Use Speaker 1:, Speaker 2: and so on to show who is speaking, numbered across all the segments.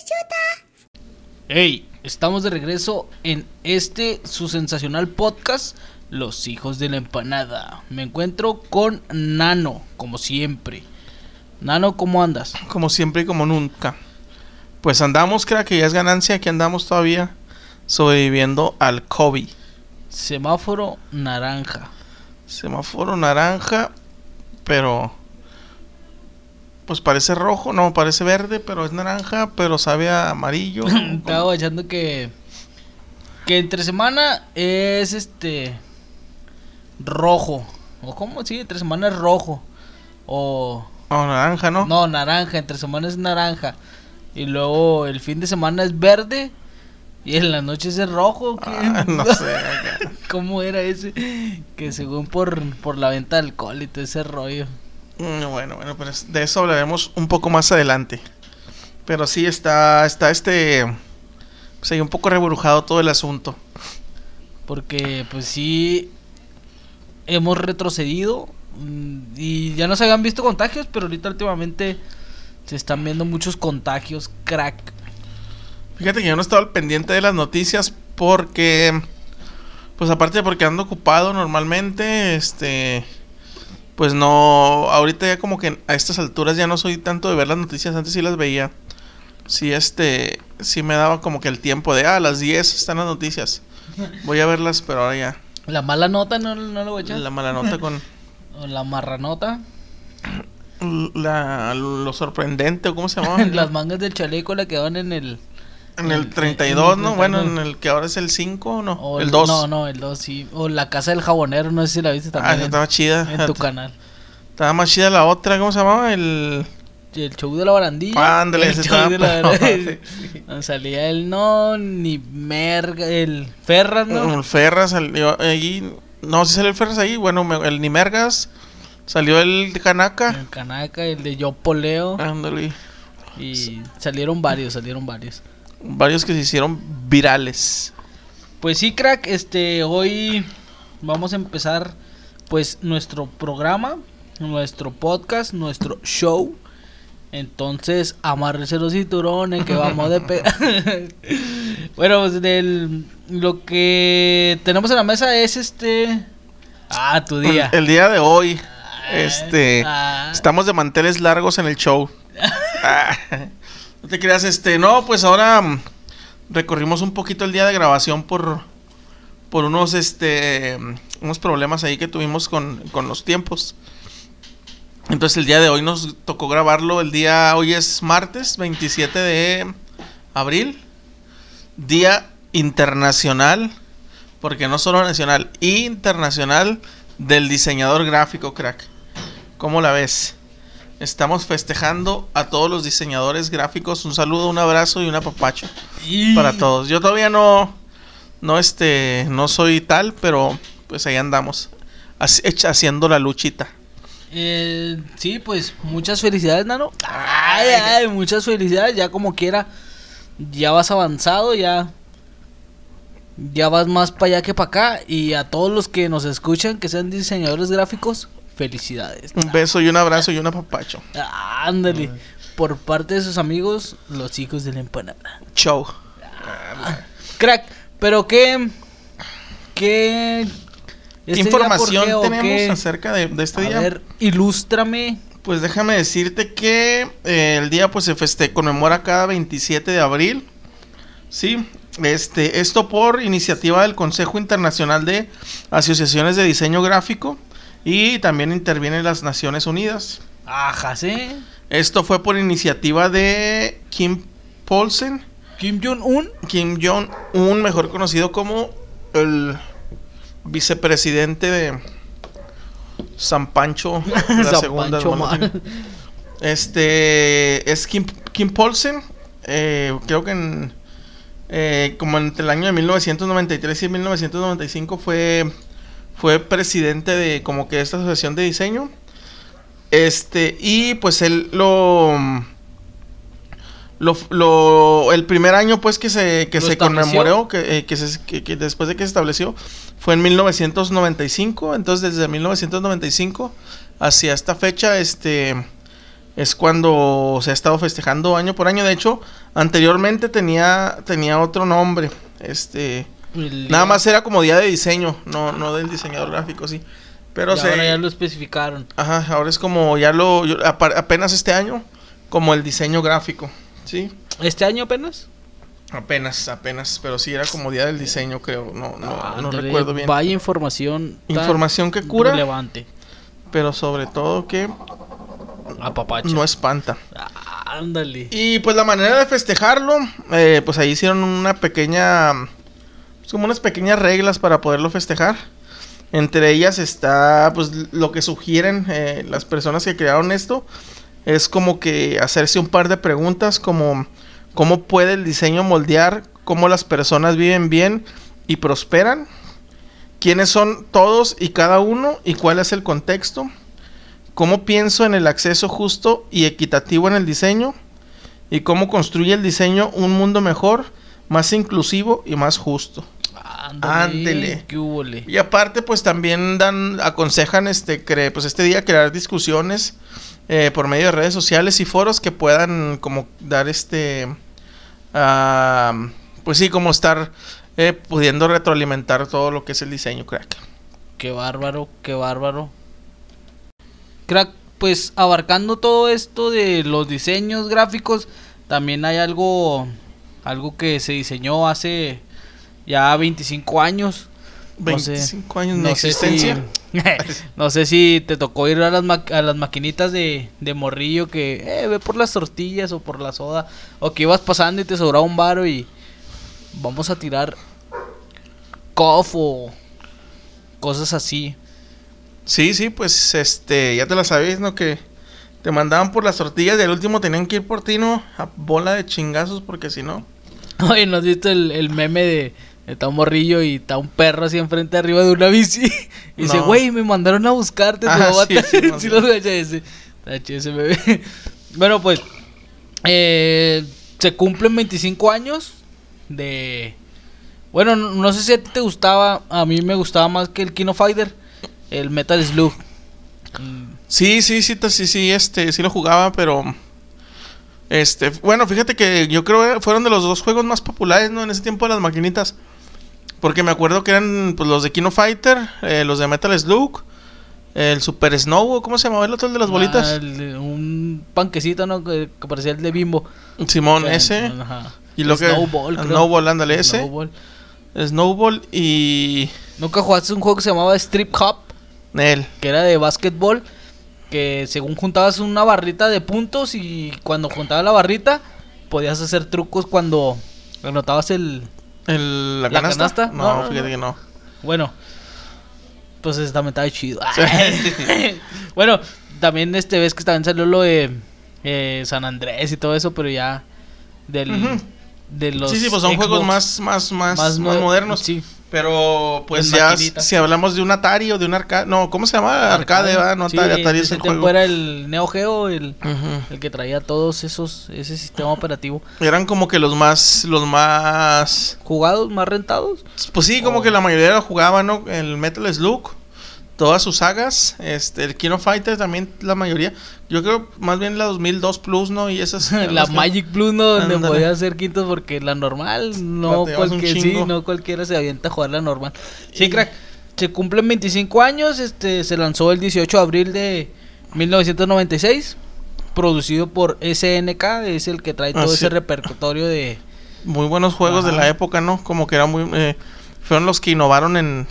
Speaker 1: Yuta.
Speaker 2: Hey, estamos de regreso en este su sensacional podcast, Los Hijos de la Empanada. Me encuentro con Nano, como siempre. Nano, ¿cómo andas?
Speaker 3: Como siempre y como nunca. Pues andamos, crack, que ya es ganancia, que andamos todavía sobreviviendo al COVID.
Speaker 2: Semáforo naranja.
Speaker 3: Semáforo naranja, pero pues parece rojo, no, parece verde, pero es naranja, pero sabe a amarillo.
Speaker 2: Estaba echando que que entre semana es este rojo o cómo sí, entre semana es rojo o
Speaker 3: o naranja, ¿no?
Speaker 2: No, naranja, entre semana es naranja y luego el fin de semana es verde y en la noche es rojo. ¿qué?
Speaker 3: Ah, no sé.
Speaker 2: ¿Cómo era ese? Que según por, por la venta de alcohol y todo ese rollo.
Speaker 3: Bueno, bueno, pues de eso hablaremos un poco más adelante. Pero sí está, está este, pues ahí un poco reburujado todo el asunto.
Speaker 2: Porque pues sí, hemos retrocedido mm, y ya no se habían visto contagios, pero ahorita últimamente se están viendo muchos contagios, crack.
Speaker 3: Fíjate que yo no estaba al pendiente de las noticias porque, pues aparte de porque ando ocupado normalmente, este pues no, ahorita ya como que a estas alturas ya no soy tanto de ver las noticias, antes sí las veía. Sí, este, sí me daba como que el tiempo de, ah, a las 10 están las noticias. Voy a verlas, pero ahora ya.
Speaker 2: La mala nota no, no lo voy a echar.
Speaker 3: La mala nota con...
Speaker 2: O la marranota.
Speaker 3: La, lo sorprendente, ¿cómo se llama?
Speaker 2: las mangas del chaleco la quedaban en el...
Speaker 3: En el, el 32, en el, ¿no? El 32. Bueno, en el que ahora es el 5, ¿no?
Speaker 2: O
Speaker 3: el 2.
Speaker 2: No, no, el 2, sí. O la casa del jabonero, no sé si la viste también.
Speaker 3: Ah, en, estaba chida.
Speaker 2: En tu canal.
Speaker 3: Estaba más chida la otra, ¿cómo se llamaba? El...
Speaker 2: El show de la barandilla.
Speaker 3: Ah, Ándale,
Speaker 2: el show de la barandilla. salía el no, ni merga, el Ferras, ¿no?
Speaker 3: El Ferras salió ahí. No, si salió el Ferras ahí. Bueno, el ni mergas. Salió el Canaca.
Speaker 2: El Canaca, el de Yo Poleo.
Speaker 3: Ándale.
Speaker 2: Y salieron varios, salieron varios
Speaker 3: varios que se hicieron virales.
Speaker 2: Pues sí, crack, este hoy vamos a empezar pues nuestro programa, nuestro podcast, nuestro show. Entonces, amárrese los cinturones que vamos de pegar. bueno, pues del, lo que tenemos en la mesa es este ah, tu día.
Speaker 3: El, el día de hoy este ah. estamos de manteles largos en el show. ah. No te creas, este, no, pues ahora recorrimos un poquito el día de grabación por, por unos, este, unos problemas ahí que tuvimos con, con, los tiempos. Entonces el día de hoy nos tocó grabarlo, el día, hoy es martes 27 de abril, Día Internacional, porque no solo nacional, internacional del diseñador gráfico, crack. ¿Cómo la ves? Estamos festejando a todos los diseñadores gráficos. Un saludo, un abrazo y un apapacho y... para todos. Yo todavía no, no este, no soy tal, pero pues ahí andamos haciendo la luchita.
Speaker 2: Eh, sí, pues muchas felicidades, Nano. Ay, ay, muchas felicidades. Ya como quiera, ya vas avanzado, ya, ya vas más para allá que para acá. Y a todos los que nos escuchan, que sean diseñadores gráficos, felicidades.
Speaker 3: Un beso y un abrazo y un apapacho.
Speaker 2: Ah, ándale. Por parte de sus amigos, los hijos de la empanada.
Speaker 3: Show.
Speaker 2: Ah, crack, pero qué. ¿Qué,
Speaker 3: este información qué, tenemos qué? acerca de, de este
Speaker 2: A
Speaker 3: día?
Speaker 2: A ver, ilústrame.
Speaker 3: Pues déjame decirte que eh, el día pues se feste conmemora cada 27 de abril. Sí, este, esto por iniciativa del Consejo Internacional de Asociaciones de Diseño Gráfico, y también intervienen las Naciones Unidas.
Speaker 2: Ajá, sí.
Speaker 3: Esto fue por iniciativa de Kim Paulsen.
Speaker 2: Kim Jong-un.
Speaker 3: Kim Jong-un, mejor conocido como el vicepresidente de San Pancho, la
Speaker 2: San
Speaker 3: segunda.
Speaker 2: Pancho
Speaker 3: hermano. este es Kim, Kim Paulsen, eh, creo que en, eh, como entre el año de 1993 y 1995 fue fue presidente de como que esta asociación de diseño. Este, y pues él lo. Lo, lo el primer año pues que se, que se conmemoró, que, eh, que, se, que, que, después de que se estableció, fue en 1995. Entonces desde 1995 hacia esta fecha, este, es cuando se ha estado festejando año por año. De hecho, anteriormente tenía, tenía otro nombre. Este. El nada día. más era como día de diseño, no, no del diseñador gráfico, sí. Pero
Speaker 2: y
Speaker 3: se,
Speaker 2: ahora ya lo especificaron.
Speaker 3: Ajá, ahora es como ya lo. Yo, apenas este año, como el diseño gráfico, sí.
Speaker 2: ¿Este año apenas?
Speaker 3: Apenas, apenas, pero sí era como día del diseño, creo. No, no, ah, no recuerdo bien.
Speaker 2: Vaya información.
Speaker 3: Información que cura.
Speaker 2: Relevante.
Speaker 3: Pero sobre todo que
Speaker 2: Apapacho.
Speaker 3: No espanta.
Speaker 2: Ah, ándale.
Speaker 3: Y pues la manera de festejarlo, eh, pues ahí hicieron una pequeña, pues como unas pequeñas reglas para poderlo festejar. Entre ellas está, pues lo que sugieren eh, las personas que crearon esto, es como que hacerse un par de preguntas como cómo puede el diseño moldear, cómo las personas viven bien y prosperan, quiénes son todos y cada uno y cuál es el contexto. ¿Cómo pienso en el acceso justo y equitativo en el diseño? ¿Y cómo construye el diseño un mundo mejor, más inclusivo y más justo?
Speaker 2: Ándele.
Speaker 3: Y aparte, pues también dan, aconsejan este, cre, pues, este día crear discusiones eh, por medio de redes sociales y foros que puedan como dar este, uh, pues sí, como estar eh, pudiendo retroalimentar todo lo que es el diseño, crack.
Speaker 2: Qué bárbaro, qué bárbaro. Crack, pues abarcando todo esto de los diseños gráficos, también hay algo, algo que se diseñó hace ya 25 años.
Speaker 3: No 25 sé, años de no existencia.
Speaker 2: Sé si, no sé si te tocó ir a las, ma a las maquinitas de, de morrillo que eh, ve por las tortillas o por la soda, o que ibas pasando y te sobraba un varo y vamos a tirar cofo, cosas así.
Speaker 3: Sí, sí, pues este, ya te la sabéis, ¿no? Que te mandaban por las tortillas y al último tenían que ir por ti, ¿no? A bola de chingazos, porque si no.
Speaker 2: Oye, ¿no has visto el, el meme de, de está un morrillo y está un perro así enfrente arriba de una bici? Y no. dice, güey, me mandaron a buscarte, ah, te sí, sí, sí, los ese. ese meme. Bueno, pues, eh, se cumplen 25 años de. Bueno, no, no sé si a ti te gustaba, a mí me gustaba más que el Kino Fighter el Metal Slug.
Speaker 3: Sí, sí, sí, sí, sí, este, sí lo jugaba, pero este, bueno, fíjate que yo creo que fueron de los dos juegos más populares, ¿no? En ese tiempo de las maquinitas. Porque me acuerdo que eran pues, los de Kino Fighter, eh, los de Metal Slug, el Super Snow, ¿cómo se llamaba el otro el de las bolitas? Ah,
Speaker 2: el, un panquecito, ¿no? Que, que, parecía el de Bimbo.
Speaker 3: Ah, Simón, que, ese. Ajá. Y lo el que, Snowball, creo. Snowball, ándale, ese. Snowball. Snowball y...
Speaker 2: ¿Nunca jugaste un juego que se llamaba Strip Hop?
Speaker 3: Él.
Speaker 2: Que era de básquetbol. Que según juntabas una barrita de puntos y cuando juntabas la barrita podías hacer trucos cuando anotabas el...
Speaker 3: el la, canasta? ¿La canasta? No, no, fíjate que no.
Speaker 2: Bueno, pues esta estaba chido. Sí. bueno, también este ves que también salió lo de eh, San Andrés y todo eso, pero ya del... Uh -huh. De los
Speaker 3: sí, sí, pues son Xbox juegos más, más, más, más, más modernos. Sí. Pero pues ya maquinita. si hablamos de un Atari o de un arcade, no, ¿cómo se llama? Arcade, arcade ¿verdad? no
Speaker 2: sí, Atari, Atari ese es el juego. era el Neo Geo, el, uh -huh. el, que traía todos esos ese sistema operativo.
Speaker 3: Eran como que los más los más
Speaker 2: jugados, más rentados.
Speaker 3: Pues sí, como oh. que la mayoría lo jugaban, ¿no? El Metal Slug, todas sus sagas, este el Kino Fighter también la mayoría. Yo creo más bien la 2002 Plus, ¿no? Y esas
Speaker 2: la Magic que... Plus no donde Andale. podía hacer quintos porque la normal no cualquiera sí, no cualquiera se avienta a jugar la normal. Sí, y... crack. Se cumplen 25 años, este se lanzó el 18 de abril de 1996, producido por SNK, es el que trae todo Así... ese repertorio de
Speaker 3: muy buenos juegos Ajá. de la época, ¿no? Como que eran muy eh, fueron los que innovaron en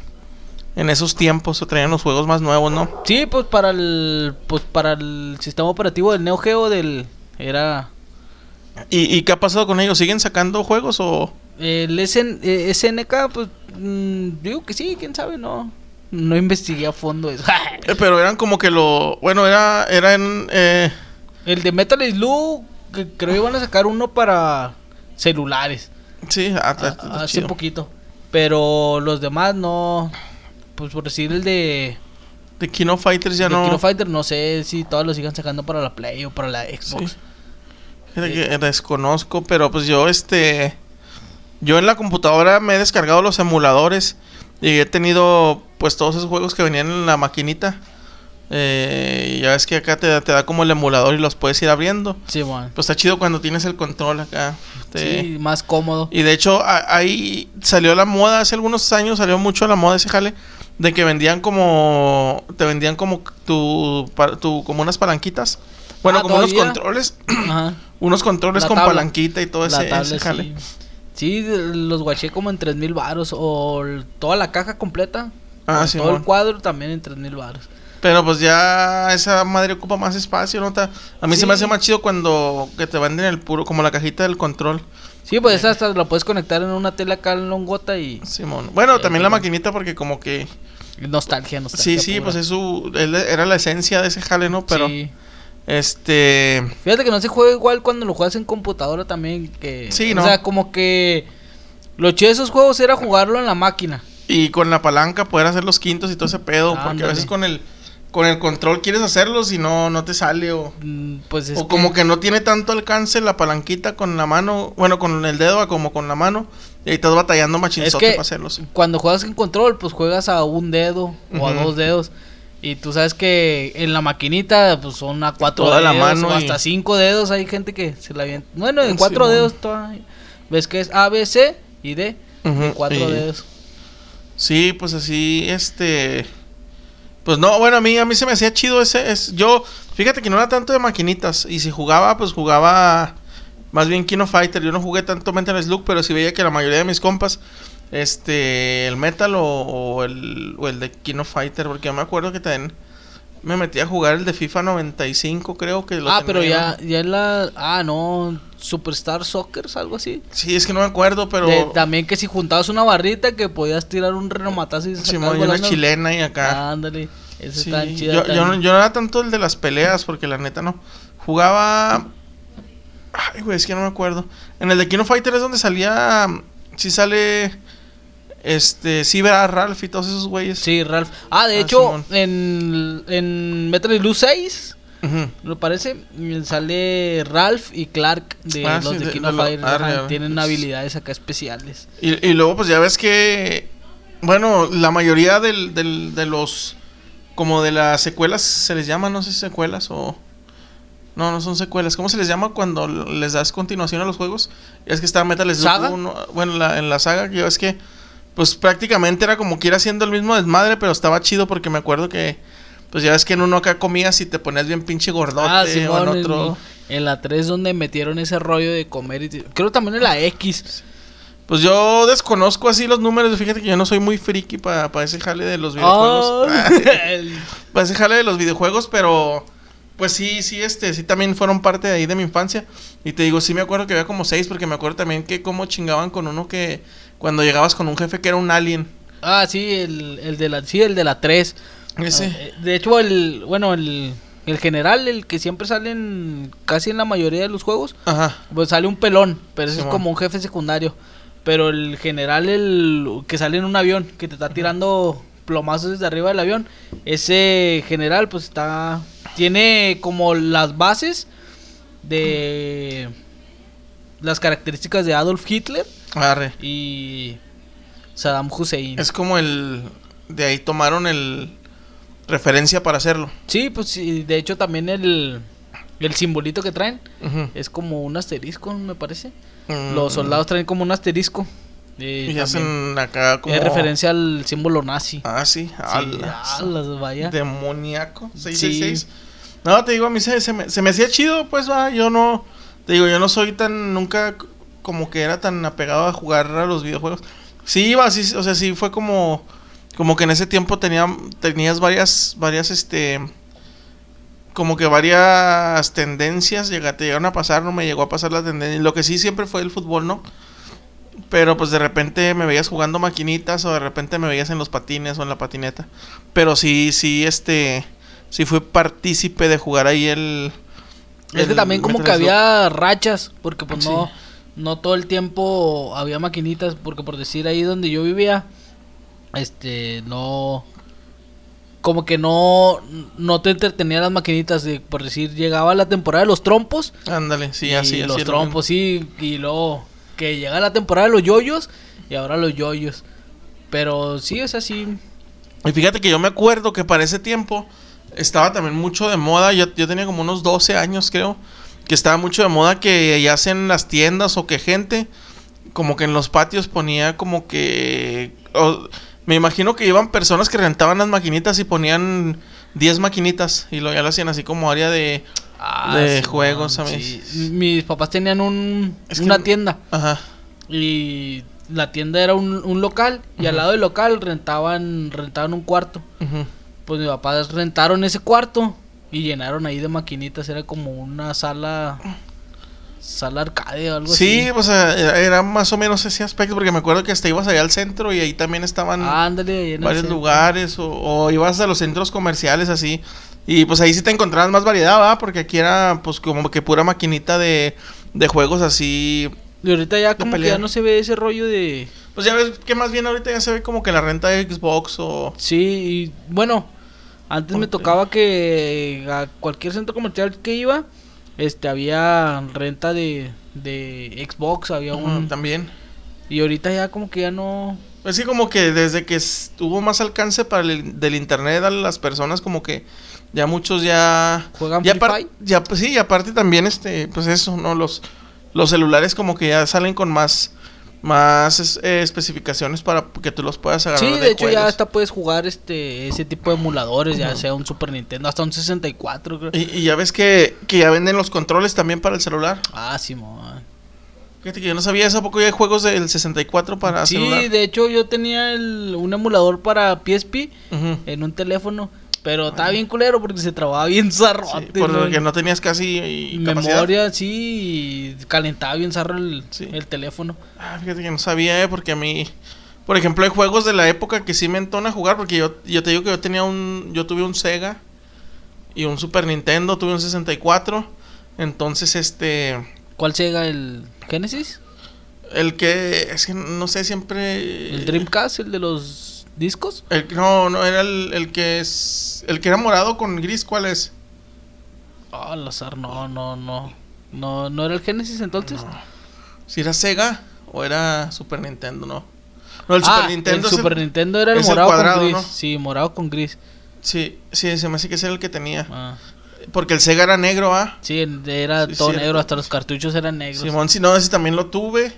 Speaker 3: en esos tiempos se traían los juegos más nuevos, ¿no?
Speaker 2: Sí, pues para el pues para el sistema operativo del Neo Geo del era
Speaker 3: ¿Y, y qué ha pasado con ellos? ¿Siguen sacando juegos o
Speaker 2: el SN, eh, SNK pues mmm, digo que sí, quién sabe, no no investigué a fondo eso.
Speaker 3: eh, Pero eran como que lo bueno, era eran eh...
Speaker 2: el de Metal Slug que creo iban a sacar uno para celulares.
Speaker 3: Sí,
Speaker 2: a, a, Ah, hace chido. poquito. Pero los demás no pues por decir el de
Speaker 3: de Kino Fighters ya
Speaker 2: de
Speaker 3: no
Speaker 2: Kino Fighter no sé si todos lo sigan sacando para la Play o para la Xbox sí.
Speaker 3: eh, desconozco pero pues yo este yo en la computadora me he descargado los emuladores y he tenido pues todos esos juegos que venían en la maquinita Eh, ya ves que acá te, te, da como el emulador y los puedes ir abriendo.
Speaker 2: Sí, man.
Speaker 3: Pues está chido cuando tienes el control acá.
Speaker 2: Te... Sí, más cómodo.
Speaker 3: Y de hecho, a, ahí salió la moda, hace algunos años salió mucho la moda ese jale, de que vendían como. Te vendían como tu, tu como unas palanquitas. Bueno, ah, como ¿todavía? unos controles. Ajá. Unos controles la con tabla. palanquita y todo ese, tabla, ese, jale.
Speaker 2: Sí. Sí, los guaché como en 3 mil baros. O toda la caja completa. Ah, sí, todo man. el cuadro también en 3 mil baros.
Speaker 3: Pero pues ya esa madre ocupa más espacio, ¿no? A mí sí. se me hace más chido cuando que te venden el puro, como la cajita del control.
Speaker 2: Sí, pues eh. esa hasta la puedes conectar en una tela acá en longota y...
Speaker 3: Simón. Bueno, eh, también eh, la maquinita porque como que...
Speaker 2: Nostalgia, nostalgia.
Speaker 3: Sí, sí, pura. pues es su, era la esencia de ese jale, ¿no? Pero... Sí. Este.
Speaker 2: Fíjate que no se juega igual cuando lo juegas en computadora también. Que,
Speaker 3: sí, ¿no?
Speaker 2: O sea, como que. Lo chido de esos juegos era jugarlo en la máquina.
Speaker 3: Y con la palanca poder hacer los quintos y todo ese pedo. Ah, porque ándale. a veces con el. Con el control quieres hacerlos y no, no te sale o...
Speaker 2: Pues
Speaker 3: o que... como que no tiene tanto alcance la palanquita con la mano, bueno, con el dedo como con la mano. Y ahí estás batallando machinzote es que para hacerlos.
Speaker 2: Cuando juegas en control, pues juegas a un dedo o uh -huh. a dos dedos. Y tú sabes que en la maquinita, pues son a cuatro
Speaker 3: toda
Speaker 2: dedos,
Speaker 3: la mano
Speaker 2: o hasta y... cinco dedos. Hay gente que se la avienta. Bueno, en sí, cuatro man. dedos, toda... ves que es A, B, C y D. Uh
Speaker 3: Mm,
Speaker 2: -huh, en cuatro y... dedos.
Speaker 3: Sí, pues así, este. Pues no, bueno, a mí, a mí se me hacía chido ese. Es, yo, fíjate que no era tanto de maquinitas. Y si jugaba, pues jugaba más bien Kino Fighter. Yo no jugué tanto Metal Slug, pero sí veía que la mayoría de mis compas este el metal o, o, el, o el de Kino Fighter porque yo me acuerdo que también me metí a jugar el de FIFA 95 creo que lo
Speaker 2: ah pero ya ya en la ah no Superstar Soccer algo así
Speaker 3: sí es que no me acuerdo pero de,
Speaker 2: también que si juntabas una barrita que podías tirar un renomatazo y
Speaker 3: sí, man, una chilena y acá
Speaker 2: ah, ándale ese
Speaker 3: sí, está chido yo, yo, no, yo no era tanto el de las peleas porque la neta no jugaba ay güey es que no me acuerdo en el de Kino Fighter es donde salía mm, sí sale este, sí, verá Ralph y todos esos güeyes.
Speaker 2: Sí, Ralph. Ah, de ah, hecho, en, en, Metal Slug 6, uh -huh. me parece, sale Ralph y Clark de ah, los sí, de, King of Fire. tienen pues... habilidades acá especiales.
Speaker 3: Y, y, luego, pues ya ves que, bueno, la mayoría del, del, de los, como de las secuelas, se les llama, no sé si secuelas o... No, no son secuelas. ¿Cómo se les llama cuando les das continuación a los juegos? Es que está Metal Slug ¿Saga? 1. Bueno, la, en la saga, yo es que pues prácticamente era como que ir haciendo el mismo desmadre, pero estaba chido porque me acuerdo que, pues ya ves que en uno acá comías y te ponías bien pinche gordote ah, sí, o en otro.
Speaker 2: En, en la 3 donde metieron ese rollo de comer y creo también en la X.
Speaker 3: Pues yo desconozco así los números, fíjate que yo no soy muy friki para pa ese jale de los videojuegos. Oh,
Speaker 2: Ah.
Speaker 3: para ese jale de los videojuegos, pero pues sí, sí, este, sí también fueron parte de ahí de mi infancia. Y te digo, sí me acuerdo que había como seis, porque me acuerdo también que como chingaban con uno que cuando llegabas con un jefe que era un alien.
Speaker 2: Ah, sí, el, el de la, sí, el de la tres. Ah, eh,
Speaker 3: Ese.
Speaker 2: De hecho, el, bueno, el, el general, el que siempre sale en, casi en la mayoría de los juegos,
Speaker 3: Ajá.
Speaker 2: pues sale un pelón, pero ese sí, es como un jefe secundario. Pero el general, el que sale en un avión, que te está tirando plomazos desde arriba del avión, ese general pues está tiene como las bases de las características de Adolf Hitler
Speaker 3: Arre.
Speaker 2: y Saddam Hussein.
Speaker 3: Es como el de ahí tomaron el referencia para hacerlo.
Speaker 2: Sí, pues sí, de hecho también el el simbolito que traen uh -huh. es como un asterisco, me parece. Mm. Los soldados traen como un asterisco.
Speaker 3: Eh, y hacen acá como...
Speaker 2: Es referencia al símbolo nazi.
Speaker 3: Ah, sí.
Speaker 2: Alas. Sí, alas, vaya.
Speaker 3: Demoníaco. 666. Sí. No, te digo, a mí se, se, me, se me hacía chido, pues, va. Yo no... Te digo, yo no soy tan... Nunca como que era tan apegado a jugar a los videojuegos. Sí iba, sí, o sea, sí fue como... Como que en ese tiempo tenía, tenías varias, varias, este... Como que varias tendencias llega, te llegaron a pasar, no me llegó a pasar la tendencia. Lo que sí siempre fue el fútbol, ¿no? Pero pues de repente me veías jugando maquinitas o de repente me veías en los patines o en la patineta. Pero sí, sí, este. Sí fue partícipe de jugar ahí el.
Speaker 2: el es que también como que Slug. había rachas, porque pues sí. no. No todo el tiempo había maquinitas, porque por decir ahí donde yo vivía, este, no. Como que no, no te entretenía las maquinitas, de, por decir, llegaba la temporada de los trompos.
Speaker 3: Ándale, sí, así,
Speaker 2: así. Los trompos, sí, y luego que llega la temporada de los yoyos y ahora los yoyos. Pero sí, es así.
Speaker 3: Y fíjate que yo me acuerdo que para ese tiempo estaba también mucho de moda, yo, yo tenía como unos 12 años creo, que estaba mucho de moda que ya hacen las tiendas o que gente como que en los patios ponía como que... O, me imagino que iban personas que rentaban las maquinitas y ponían 10 maquinitas y lo ya lo hacían así como área de, ah, de sí, juegos, man, ¿sabes?
Speaker 2: Sí. Mis papás tenían un, es una que... tienda.
Speaker 3: Ajá.
Speaker 2: Y la tienda era un, un local y uh -huh. al lado del local rentaban rentaban un cuarto.
Speaker 3: Uh -huh.
Speaker 2: Pues mis papás rentaron ese cuarto y llenaron ahí de maquinitas, era como una sala sala arcade o algo
Speaker 3: sí,
Speaker 2: así. Sí,
Speaker 3: pues era más o menos ese aspecto, porque me acuerdo que hasta ibas allá al centro y ahí también estaban
Speaker 2: ah, ándale,
Speaker 3: varios lugares, o, o, ibas a los centros comerciales así, y pues ahí sí te encontrabas más variedad, ¿va? Porque aquí era pues como que pura maquinita de, de juegos así.
Speaker 2: Y ahorita ya como pelea. que ya no se ve ese rollo de...
Speaker 3: Pues ya ves que más bien ahorita ya se ve como que la renta de Xbox o...
Speaker 2: Sí, y bueno, antes me tocaba que a cualquier centro comercial que iba este había renta de, de Xbox, había uh -huh, un
Speaker 3: también.
Speaker 2: Y ahorita ya como que ya no
Speaker 3: es que como que desde que tuvo más alcance para el, del internet a las personas como que ya muchos ya
Speaker 2: juegan
Speaker 3: ya, par, ya pues, sí, y aparte también este pues eso, no los los celulares como que ya salen con más más eh, especificaciones para que tú los puedas agarrar.
Speaker 2: Sí, de, de hecho juegos. ya hasta puedes jugar este ese tipo de emuladores, uh -huh. ya sea un Super Nintendo, hasta un 64 creo.
Speaker 3: Y, y ya ves que, que, ya venden los controles también para el celular.
Speaker 2: Ah, Simón.
Speaker 3: Fíjate que yo no sabía eso, ¿a poco ya hay juegos del 64 para
Speaker 2: sí,
Speaker 3: Ah, celular? Sí,
Speaker 2: de hecho yo tenía el, un emulador para PSP
Speaker 3: uh -huh.
Speaker 2: en un teléfono. Pero estaba bien culero porque se trababa bien zarrote.
Speaker 3: Ah, Sí, porque no tenías casi
Speaker 2: memoria, capacidad. sí, y calentaba bien zarro el, sí. el, teléfono.
Speaker 3: Ah, fíjate que no sabía, ¿eh? porque a mí, por ejemplo, hay juegos de la época que sí me entona jugar, porque yo, yo te digo que yo tenía un, yo tuve un Sega y un Super Nintendo, tuve un 64, entonces este...
Speaker 2: ¿Cuál Sega? ¿El Genesis?
Speaker 3: El que, es que no sé, siempre...
Speaker 2: ¿El Dreamcast? ¿El de los discos?
Speaker 3: El, no, no, era el, el, que es. El que era morado con gris, ¿cuál es?
Speaker 2: Ah, oh, al azar, no, no, no. No, no era el Genesis entonces. No.
Speaker 3: Si era Sega o era Super Nintendo, no. No, el ah, Super Nintendo.
Speaker 2: El Super el, Nintendo era el morado cuadrado, con gris. ¿no? Sí, morado con gris.
Speaker 3: Sí, sí, se me hace que ese era el que tenía. Ah. Porque el Sega era negro, ¿ah?
Speaker 2: Sí, era todo sí, negro, era... hasta los cartuchos eran negros.
Speaker 3: Simón, sí, no, ese también lo tuve.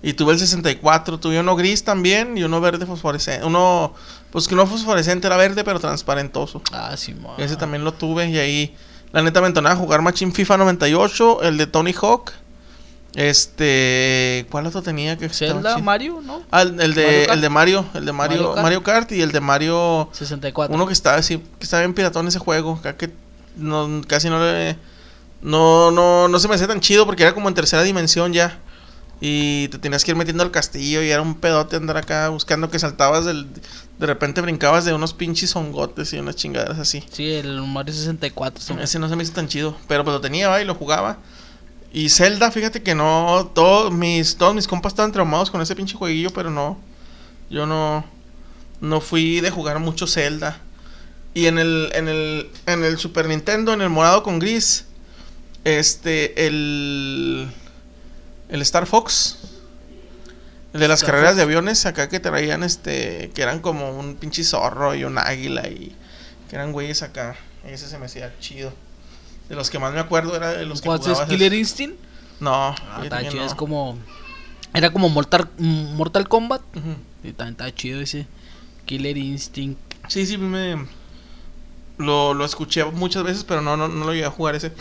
Speaker 3: Y tuve el 64, tuve uno gris también y uno verde fosforescente. Uno, pues que no fosforescente, era verde, pero transparentoso.
Speaker 2: Ah, sí, man.
Speaker 3: Ese también lo tuve y ahí, la neta, me entonaba a jugar Machine FIFA 98, el de Tony Hawk. Este, ¿cuál otro tenía que
Speaker 2: Zelda, Mario, ¿no?
Speaker 3: Ah, el, el, de, el de Mario, el de Mario, Mario Kart. Mario Kart y el de Mario
Speaker 2: 64.
Speaker 3: Uno que estaba sí, que estaba bien piratón ese juego, que no, casi no le no, no, no se me hacía tan chido porque era como en tercera dimensión ya. Y te tenías que ir metiendo al castillo y era un pedote andar acá buscando que saltabas del... De repente brincabas de unos pinches hongotes y unas chingaderas así.
Speaker 2: Sí, el Mario 64.
Speaker 3: Sí. Ese no pues, se me hizo tan chido, pero pues lo tenía ¿va? y lo jugaba. Y Zelda, fíjate que no, todos mis, todos mis compas estaban traumados con ese pinche jueguillo, pero no, yo no, no fui de jugar mucho Zelda. Y en el, en el, en el Super Nintendo, en el morado con gris, este, el... El Star Fox. El de las Star carreras Fox. de aviones acá que traían este. Que eran como un pinche zorro y un águila y. Que eran güeyes acá. Ese se me hacía chido. De los que más me acuerdo era de los que
Speaker 2: ¿Cuál es Killer Instinct?
Speaker 3: No.
Speaker 2: Ah, está chido, no. es como. Era como Mortal, Mortal Kombat. Uh -huh. Y también estaba chido ese. Killer Instinct.
Speaker 3: Sí, sí, me. Lo, lo escuché muchas veces, pero no, no, no lo llegué a jugar ese.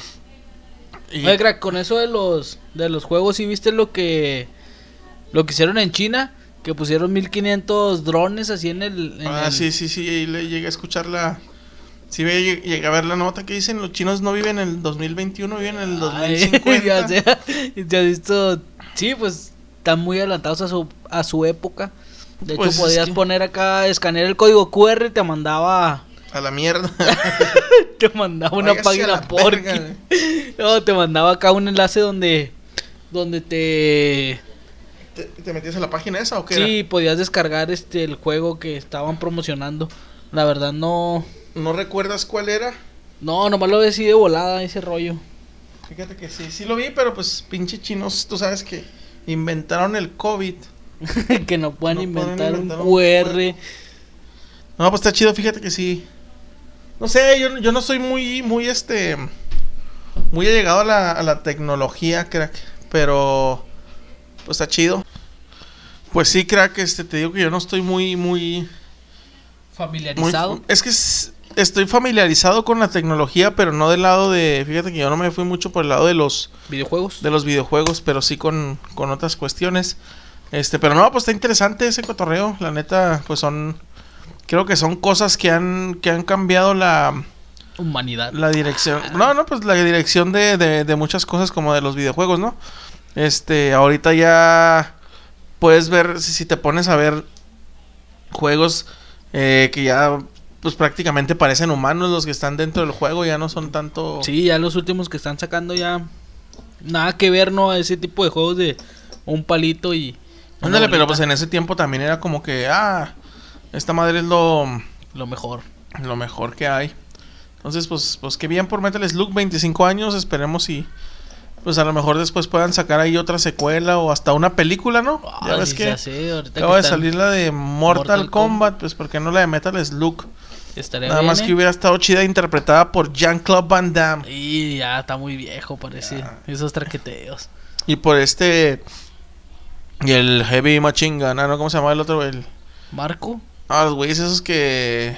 Speaker 2: Y... Oye, crack, con eso de los de los juegos, ¿sí viste lo que lo que hicieron en China? Que pusieron 1500 drones así en el... En
Speaker 3: ah,
Speaker 2: el...
Speaker 3: sí, sí, sí, y le llegué a escuchar la... Sí, llegué, llegué a ver la nota que dicen, los chinos no viven en el 2021, viven en el 2050.
Speaker 2: ya, sea, ya visto... Sí, pues están muy adelantados a su, a su época. De hecho, pues podías es que... poner acá, escanear el código QR y te mandaba...
Speaker 3: A la mierda.
Speaker 2: te mandaba una página por No, te mandaba acá un enlace donde donde te
Speaker 3: te, te metías a la página esa o qué?
Speaker 2: Sí, era? podías descargar este el juego que estaban promocionando. La verdad no
Speaker 3: no recuerdas cuál era.
Speaker 2: No, nomás lo decidí de volada ese rollo.
Speaker 3: Fíjate que sí, sí lo vi, pero pues pinche chinos, tú sabes que inventaron el COVID.
Speaker 2: que no puedan no inventar, pueden inventar, un, un QR.
Speaker 3: No, pues está chido, fíjate que sí. No sé, yo, yo no soy muy, muy, este, muy allegado a la, a la tecnología, crack. Pero, pues está chido. Pues sí, crack, este, te digo que yo no estoy muy, muy...
Speaker 2: Familiarizado.
Speaker 3: Muy, es que es, estoy familiarizado con la tecnología, pero no del lado de... Fíjate que yo no me fui mucho por el lado de los...
Speaker 2: Videojuegos.
Speaker 3: De los videojuegos, pero sí con, con otras cuestiones. Este, pero no, pues está interesante ese cotorreo. La neta, pues son... Creo que son cosas que han, que han cambiado la...
Speaker 2: Humanidad.
Speaker 3: La dirección... No, no, pues la dirección de, de, de muchas cosas como de los videojuegos, ¿no? Este, ahorita ya puedes ver, si, si te pones a ver juegos eh, que ya pues prácticamente parecen humanos los que están dentro del juego, ya no son tanto...
Speaker 2: Sí, ya los últimos que están sacando ya nada que ver, ¿no? A ese tipo de juegos de un palito y...
Speaker 3: Ándale, pero pues en ese tiempo también era como que, ah, esta madre es lo...
Speaker 2: Lo mejor.
Speaker 3: Lo mejor que hay. Entonces, pues, pues que bien por Metal Slug, 25 años, esperemos y pues a lo mejor después puedan sacar ahí otra secuela o hasta una película, ¿no?
Speaker 2: Ah, ya ves sí, que ya sé, ahorita
Speaker 3: acaba que de salir la de Mortal, Mortal Kombat, Com pues porque no la de Metal Slug.
Speaker 2: Estaría
Speaker 3: Nada
Speaker 2: bien,
Speaker 3: más
Speaker 2: eh.
Speaker 3: que hubiera estado chida interpretada por Jean-Claude Van Damme.
Speaker 2: Y ya está muy viejo, parece.
Speaker 3: Ya.
Speaker 2: Esos traqueteos.
Speaker 3: Y por este y el Heavy Machine Gun, ah, ¿no? ¿Cómo se llama el otro? El
Speaker 2: Marco.
Speaker 3: ah, los güeyes esos que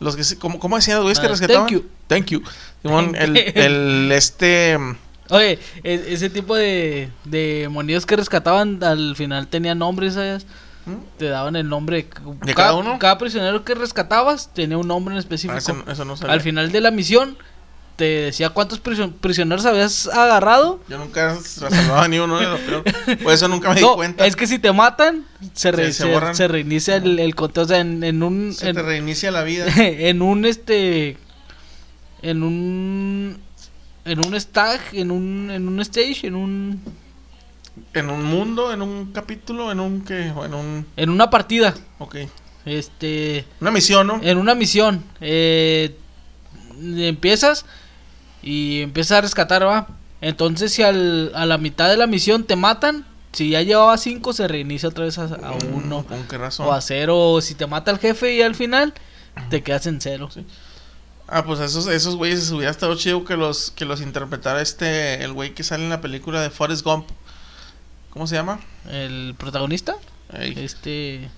Speaker 3: los que se- ¿cómo, cómo decían los güeyes que
Speaker 2: Ah,
Speaker 3: rescataban?
Speaker 2: thank you.
Speaker 3: Thank you. Simón, el, el este
Speaker 2: Oye, e- ese tipo de, de monedas que rescataban al final tenían nombres, ¿sabes?
Speaker 3: ¿Mm?
Speaker 2: Te daban el nombre.
Speaker 3: ¿De cada uno?
Speaker 2: Cada prisionero que rescatabas tenía un nombre en específico.
Speaker 3: ah, eso, eso no sabía.
Speaker 2: al final de la misión te decía cuántos prision- prisioneros habías agarrado.
Speaker 3: Yo nunca reservaba ni uno de los peor. Por eso nunca me di
Speaker 2: No,
Speaker 3: cuenta.
Speaker 2: es que si te matan, se, re-
Speaker 3: Sí, se
Speaker 2: se-
Speaker 3: borran.
Speaker 2: se reinicia el, el conteo. O sea, en, en un.
Speaker 3: Se
Speaker 2: en-
Speaker 3: te reinicia la vida.
Speaker 2: en un este en un en un stag en un en un stage en un
Speaker 3: En un mundo, en un capítulo, en un que, en un.
Speaker 2: en una partida
Speaker 3: Ok.
Speaker 2: este
Speaker 3: Una misión, ¿no?
Speaker 2: en una misión eh, empiezas y empiezas a rescatar va entonces si al, a la mitad de la misión te matan si ya llevaba cinco se reinicia otra vez a, a
Speaker 3: Mm,
Speaker 2: uno
Speaker 3: ¿Con qué razón?
Speaker 2: o a cero o si te mata el jefe y al final te quedas en cero
Speaker 3: Ah, pues esos, esos güeyes hubiera estado chido que los, que los interpretara este, el güey que sale en la película de Forrest Gump. ¿Cómo se llama?
Speaker 2: el protagonista
Speaker 3: Ey.
Speaker 2: Este.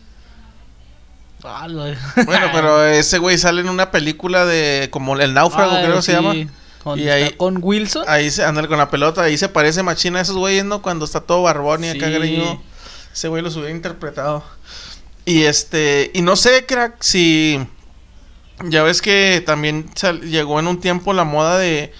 Speaker 2: Ah, lo-
Speaker 3: Bueno, pero ese güey sale en una película de como El Náufrago,
Speaker 2: Ay,
Speaker 3: creo que se
Speaker 2: Ah, sí,
Speaker 3: llama.
Speaker 2: Con,
Speaker 3: Y
Speaker 2: está
Speaker 3: ahí-
Speaker 2: con Wilson.
Speaker 3: Ahí se anda con la pelota, ahí se parece machina a esos güeyes, ¿no? Cuando está todo barbón y acá
Speaker 2: Sí.
Speaker 3: greñudo. Ese güey los hubiera interpretado. Y este, y no sé, crack, si. Ya ves que también sal- llegó en un tiempo la moda de.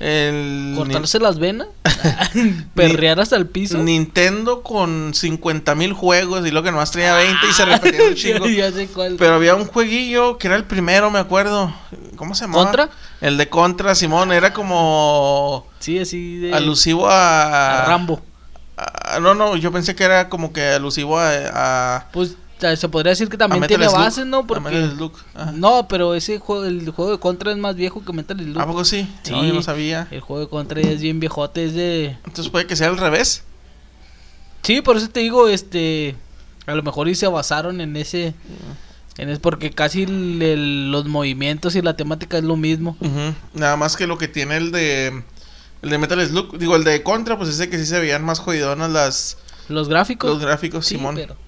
Speaker 3: El
Speaker 2: cortarse las venas. perrear hasta el piso.
Speaker 3: Nintendo con 50 mil juegos y lo que nomás tenía 20 y se repetía un chingo.
Speaker 2: Ah, ya sé cuál.
Speaker 3: Pero había un jueguillo que era el primero, me acuerdo. ¿Cómo se llamaba?
Speaker 2: ¿Contra?
Speaker 3: El de Contra, Simón. Era como
Speaker 2: Sí, así de.
Speaker 3: alusivo a...
Speaker 2: a Rambo.
Speaker 3: Ah, no, no, yo pensé que era como que alusivo a. a- a
Speaker 2: Pues ta- se podría decir que también
Speaker 3: Metal
Speaker 2: tiene
Speaker 3: Slug,
Speaker 2: bases,
Speaker 3: a
Speaker 2: ¿no? Porque.
Speaker 3: Metal Slug, ajá.
Speaker 2: No, pero ese juego, el juego de contra es más viejo que Metal Slug.
Speaker 3: ¿A poco sí?
Speaker 2: Sí. Eh.
Speaker 3: No, yo no sabía.
Speaker 2: El juego de contra ya es bien viejote, es de.
Speaker 3: Entonces puede que sea al revés.
Speaker 2: Sí, por eso te digo, este, a lo mejor y se basaron en ese, en es porque casi el- el- los movimientos y la temática es lo mismo.
Speaker 3: Ujú. Nada más que lo que tiene el de. El de Metal Slug, digo, el de Contra, pues ese que sí se veían más jodidonas las,
Speaker 2: Los gráficos,
Speaker 3: los gráficos,
Speaker 2: sí,
Speaker 3: Simón.
Speaker 2: pero
Speaker 3: Pero,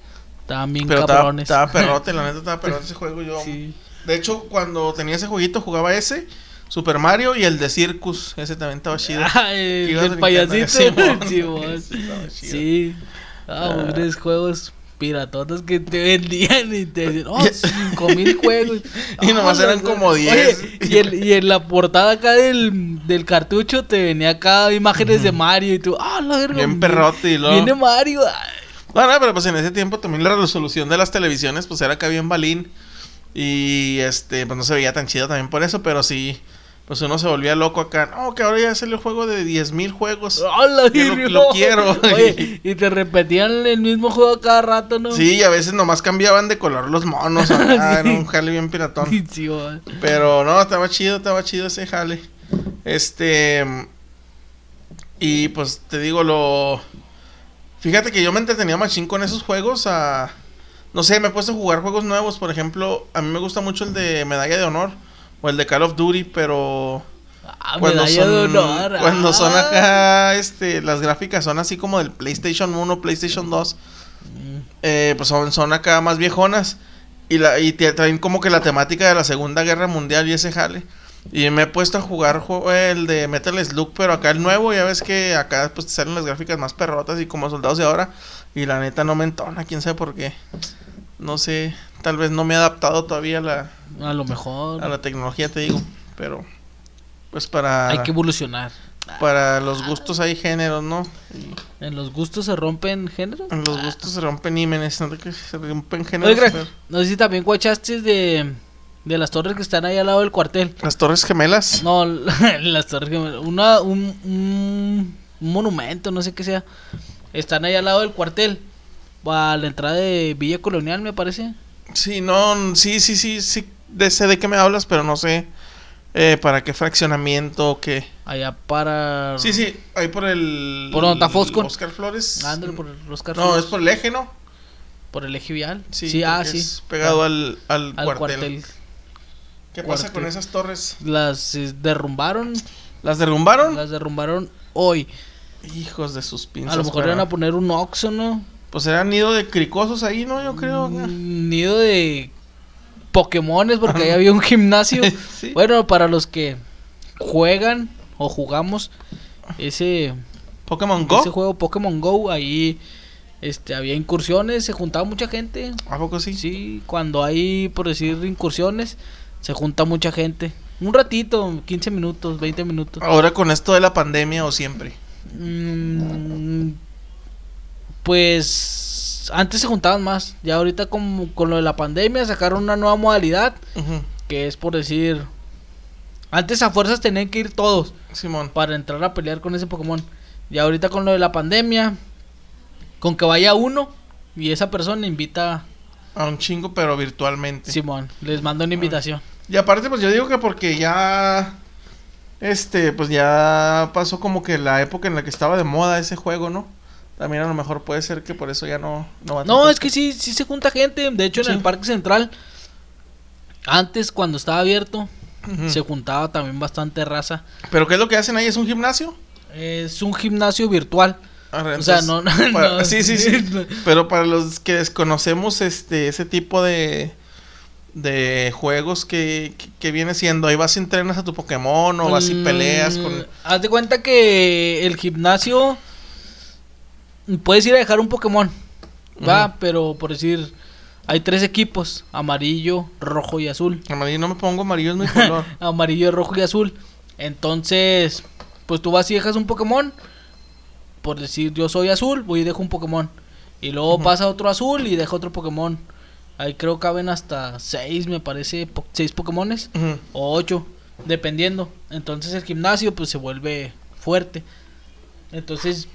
Speaker 2: estaban bien
Speaker 3: estaba,
Speaker 2: cabrones.
Speaker 3: estaba perrote, la neta estaba perrote ese juego. Yo,
Speaker 2: Sí.
Speaker 3: De hecho, cuando tenía ese jueguito jugaba ese, Super Mario y el de Circus, ese también estaba chido.
Speaker 2: Ah, el,
Speaker 3: Que ibas
Speaker 2: el
Speaker 3: brincando,
Speaker 2: payasito,
Speaker 3: Simón.
Speaker 2: Simón.
Speaker 3: Ese estaba chido.
Speaker 2: sí, ah, hombres juegos piratotas que te vendían y te decían, oh,
Speaker 3: Y-
Speaker 2: cinco mil juegos.
Speaker 3: Y nomás
Speaker 2: Ah,
Speaker 3: eran
Speaker 2: la-
Speaker 3: como
Speaker 2: oye,
Speaker 3: 10.
Speaker 2: y, el- y en la portada acá del, del cartucho te venía acá imágenes de Mario y tú, ah, la verga.
Speaker 3: Bien
Speaker 2: vi-
Speaker 3: perrote y luego-
Speaker 2: Viene Mario. Ah, ay,
Speaker 3: No, no, pero pues en ese tiempo también la resolución de las televisiones pues era acá bien balín. Y este, pues no se veía tan chido también por eso, pero sí, pues uno se volvía loco acá. No, que ahora ya sale el juego de 10.000 juegos.
Speaker 2: ah, la
Speaker 3: Yo lo-
Speaker 2: verga.
Speaker 3: lo quiero.
Speaker 2: Oye, y te repetían el mismo juego cada rato, ¿no?
Speaker 3: Sí, y a veces nomás cambiaban de color los monos. acá, Era un jale bien piratón.
Speaker 2: Sí, va.
Speaker 3: Pero no, estaba chido, estaba chido ese jale. Este. Y pues te digo, lo. Fíjate que yo me entretenía machín con esos juegos. A... No sé, me he puesto a jugar juegos nuevos. Por ejemplo, a mí me gusta mucho el de Medalla de Honor. o el de Call of Duty, pero ah, cuando, son, de honor. ah. cuando son
Speaker 2: ah.
Speaker 3: acá, este, las gráficas son así como del PlayStation 1, PlayStation 2, mm. eh, pues son, son acá más viejonas y, la, y traen como que la temática de la Segunda Guerra Mundial y ese jale. Y me he puesto a jugar el de Metal Slug, pero acá el nuevo, ya ves que acá pues te salen las gráficas más perrotas y como soldados de ahora. Y la neta no me entona, quién sabe por qué. No sé, tal vez no me he adaptado todavía a la...
Speaker 2: A lo mejor.
Speaker 3: A la tecnología, te digo. Pero pues para...
Speaker 2: Hay que evolucionar.
Speaker 3: Para los gustos hay géneros, ¿no?
Speaker 2: ¿En los gustos se rompen géneros?
Speaker 3: En los gustos se rompen ímenes, se rompen géneros. Oye,
Speaker 2: pero... no sé si también guachaste de... De las torres que están ahí al lado del cuartel.
Speaker 3: ¿Las torres gemelas?
Speaker 2: No, las torres gemelas. Una, un, un, un, monumento, no sé qué sea. Están ahí al lado del cuartel. A la entrada de Villa Colonial, me parece.
Speaker 3: Sí, no, sí, sí, sí, sí. De, sé de qué me hablas, pero no sé eh, para qué fraccionamiento o qué.
Speaker 2: Allá para.
Speaker 3: Sí, sí, ahí por el.
Speaker 2: Por donde está
Speaker 3: Oscar Flores.
Speaker 2: Ándale, por el Oscar
Speaker 3: no, Flores. No, es por el eje, ¿no?
Speaker 2: Por el eje vial. Sí, sí ah, sí. Es
Speaker 3: pegado ah, al, al, al, cuartel. cuartel. ¿Qué pasa con esas torres?
Speaker 2: Las eh, derrumbaron.
Speaker 3: ¿Las derrumbaron?
Speaker 2: Las derrumbaron hoy.
Speaker 3: Hijos de sus pinzas.
Speaker 2: A lo mejor para... iban a poner un oxo, ¿no?
Speaker 3: Pues eran nido de cricosos ahí, ¿no? Yo creo.
Speaker 2: Mm, nido de Pokémones, porque ahí había un gimnasio. sí. Bueno, para los que juegan o jugamos ese.
Speaker 3: Pokémon Go.
Speaker 2: Ese juego Pokémon Go, ahí. Este, había incursiones, se juntaba mucha gente.
Speaker 3: ¿A poco sí?
Speaker 2: Sí, cuando hay, por decir, incursiones, se junta mucha gente. Un ratito, 15 minutos, 20 minutos.
Speaker 3: ¿Ahora con esto de la pandemia o siempre?
Speaker 2: Mm, pues antes se juntaban más. Ya ahorita con, con lo de la pandemia sacaron una nueva modalidad. Uh -huh. Que es por decir... Antes a fuerzas tenían que ir todos.
Speaker 3: Simón.
Speaker 2: Para entrar a pelear con ese Pokémon. Y ahorita con lo de la pandemia... Con que vaya uno y esa persona invita...
Speaker 3: A un chingo, pero virtualmente.
Speaker 2: Simón, les mando una invitación.
Speaker 3: Y aparte, pues yo digo que porque ya. Este, pues ya pasó como que la época en la que estaba de moda ese juego, ¿no? También a lo mejor puede ser que por eso ya no.
Speaker 2: No, va no es que sí, sí se junta gente. De hecho, en sí. el Parque Central, antes cuando estaba abierto, uh
Speaker 3: Mm.
Speaker 2: -huh. se juntaba también bastante raza.
Speaker 3: ¿Pero qué es lo que hacen ahí? ¿Es un gimnasio? Ah,
Speaker 2: Es un gimnasio virtual. Entonces, o sea, no, no,
Speaker 3: para,
Speaker 2: no,
Speaker 3: Sí, sí, sí. Pero para los que desconocemos este, ese tipo de, de juegos que, que, que viene siendo, ahí vas y entrenas a tu Pokémon o vas y
Speaker 2: Mm.
Speaker 3: peleas con...
Speaker 2: Haz de cuenta que el gimnasio puedes ir a dejar un Pokémon, va, uh -huh. pero por decir... Hay tres equipos, amarillo, rojo y azul.
Speaker 3: Amarillo, no me pongo amarillo, es mi color.
Speaker 2: amarillo, rojo y azul. Entonces, pues tú vas y dejas un Pokémon por decir yo soy azul, voy y dejo un Pokémon. Y luego uh -huh. pasa otro azul y deja otro Pokémon. Ahí creo caben hasta seis, me parece, po seis Pokémones. Uh -huh. O ocho, dependiendo. Entonces el gimnasio pues se vuelve fuerte. Entonces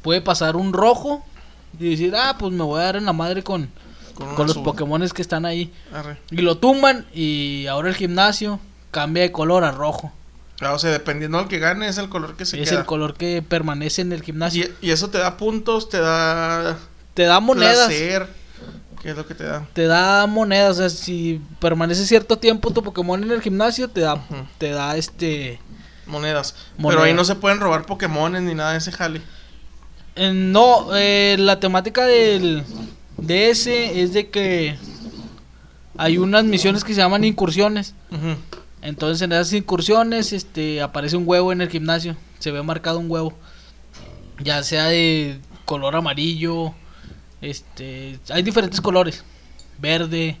Speaker 2: puede pasar un rojo y decir, ah, pues me voy a dar en la madre con,
Speaker 3: Ah,
Speaker 2: con, con los Pokémones que están ahí. Arre. Y lo tumban y ahora el gimnasio cambia de color a rojo.
Speaker 3: Claro, Ah, o sea, dependiendo del que gane, es el color que se
Speaker 2: es
Speaker 3: queda.
Speaker 2: el color que permanece en el gimnasio.
Speaker 3: Y, y, eso te da puntos, te da.
Speaker 2: Te da monedas.
Speaker 3: Placer. ¿Qué es lo que te da?
Speaker 2: Te da monedas. O sea, si permanece cierto tiempo tu Pokémon en el gimnasio, te da. Uh -huh. Te da este.
Speaker 3: Monedas. monedas. Pero ahí no se pueden robar Pokémones ni nada de ese jale.
Speaker 2: Eh, no, eh, la temática del. De ese es de que. Hay unas misiones que se llaman incursiones. Uh -huh. Entonces en esas incursiones este, aparece un huevo en el gimnasio, se ve marcado un huevo, ya sea de color amarillo, este, hay diferentes colores, verde,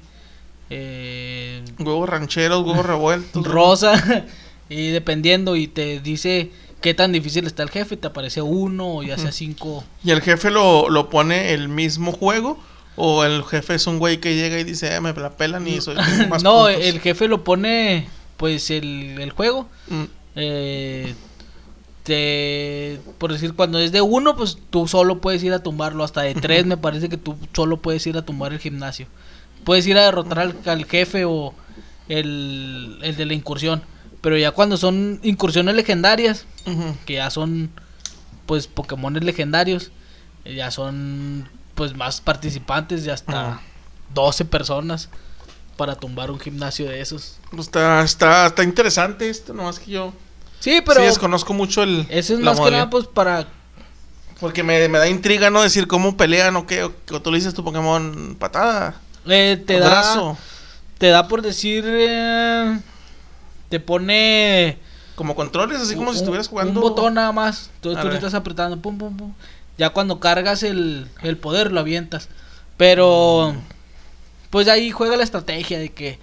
Speaker 2: eh,
Speaker 3: huevos rancheros, huevos revueltos,
Speaker 2: rosa, y dependiendo y te dice qué tan difícil está el jefe, te aparece uno o ya sea cinco.
Speaker 3: ¿Y el jefe lo, lo pone el mismo juego? ¿O el jefe es un güey que llega y dice, eh, me la pelan y soy
Speaker 2: más No, puntos. el jefe lo pone pues el, el juego. Mm. Eh, te, por decir, cuando es de uno, pues tú solo puedes ir a tumbarlo. Hasta de tres, me parece que tú solo puedes ir a tumbar el gimnasio. Puedes ir a derrotar al, al jefe o el, el, de la incursión. Pero ya cuando son incursiones legendarias, uh -huh. que ya son pues Pokémones legendarios, eh, ya son pues más participantes, ya hasta uh -huh. 12 personas. para tumbar un gimnasio de esos.
Speaker 3: Pues Está, está, está interesante esto, nomás que yo.
Speaker 2: Sí, pero.
Speaker 3: Sí, desconozco mucho el.
Speaker 2: Eso es más modalidad. que nada, pues para.
Speaker 3: Porque me, me, da intriga, ¿no? Decir cómo pelean o qué. O tú le dices tu Pokémon patada.
Speaker 2: Eh, te da. Te da por decir. Eh, te pone.
Speaker 3: Como controles, así como
Speaker 2: un,
Speaker 3: si estuvieras jugando.
Speaker 2: Un botón nada más. Entonces A tú le estás apretando. Pum, pum, pum. Ya cuando cargas el, el poder lo avientas. Pero. Pues ahí juega la estrategia de que.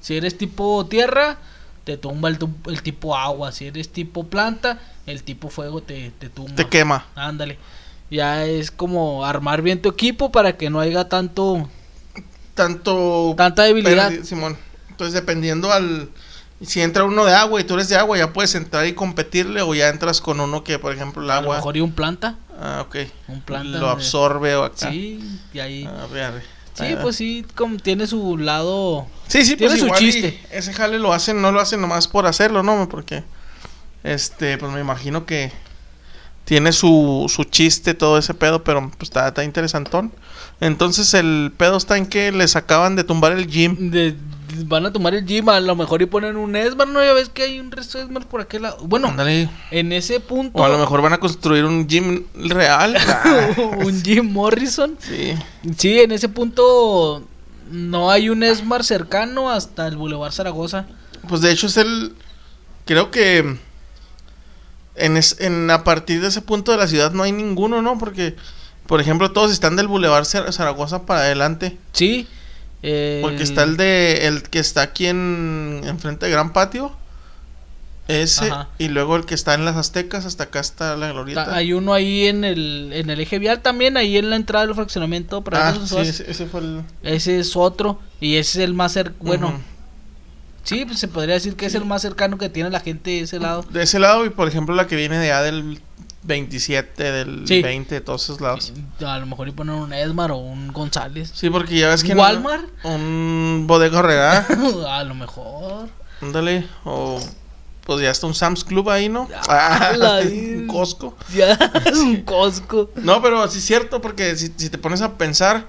Speaker 2: Si eres tipo tierra te tumba el, el, tipo agua. Si eres tipo planta, el tipo fuego te, te tumba.
Speaker 3: Te quema.
Speaker 2: Ándale. Ya es como armar bien tu equipo para que no haya tanto.
Speaker 3: Tanto.
Speaker 2: Tanta debilidad.
Speaker 3: Simón. Entonces, dependiendo al. Si entra uno de agua y tú eres de agua, ya puedes entrar y competirle. O ya entras con uno que, por ejemplo, el agua. A lo
Speaker 2: mejor y un planta.
Speaker 3: Ah, ok.
Speaker 2: Un planta.
Speaker 3: Lo absorbe de... o acá.
Speaker 2: Sí, y ahí.
Speaker 3: A ver.
Speaker 2: Sí, pues sí, como tiene su lado.
Speaker 3: Sí, sí,
Speaker 2: tiene
Speaker 3: pues
Speaker 2: su chiste.
Speaker 3: Ese jale lo hacen, no lo hacen nomás por hacerlo, ¿no? Porque, este, pues me imagino que tiene su, su chiste todo ese pedo, pero pues está, está interesantón. Entonces el pedo está en que les acaban de tumbar el gym.
Speaker 2: De, van a tumbar el gym, a lo mejor y ponen un Esmar, ¿no? Ya ves que hay un resto de Esmar por aquel lado. Bueno,
Speaker 3: Ándale.
Speaker 2: en ese punto.
Speaker 3: O a lo mejor van a construir un gym real.
Speaker 2: un Jim Morrison.
Speaker 3: Sí.
Speaker 2: Sí, en ese punto no hay un Esmar cercano hasta el Boulevard Zaragoza.
Speaker 3: Pues de hecho es el. Creo que. En, es, en a partir de ese punto de la ciudad no hay ninguno, ¿no? Porque, por ejemplo, todos están del Boulevard Zaragoza para adelante.
Speaker 2: Sí. eh,
Speaker 3: Porque está
Speaker 2: Mm.
Speaker 3: el de. El que está aquí en. Enfrente de Gran Patio. Ese. Ajá. Y luego el que está en las Aztecas. Hasta acá está la Glorieta.
Speaker 2: Hay uno Ah, ahí en el, en el eje vial también. Ahí en la entrada del fraccionamiento.
Speaker 3: Para ah, sí, ese, ese, fue el.
Speaker 2: Ese es otro. Y ese es el más cercano. Bueno. Uh -huh. Sí, pues se podría decir que es el más cercano que tiene la gente de ese lado.
Speaker 3: De ese lado, y por ejemplo, la que viene de allá del 27, del sí. 20, de todos esos lados.
Speaker 2: A lo mejor y poner un Esmar o un González.
Speaker 3: Sí, porque ya ves que.
Speaker 2: ¿Walmart?
Speaker 3: No, un Bodega Horrera.
Speaker 2: a lo mejor.
Speaker 3: Ándale, o. Pues ya está un Sam's Club ahí, ¿no? Ah, un Costco.
Speaker 2: Ya, un Costco.
Speaker 3: No, pero sí es cierto, porque si, si, te pones a pensar.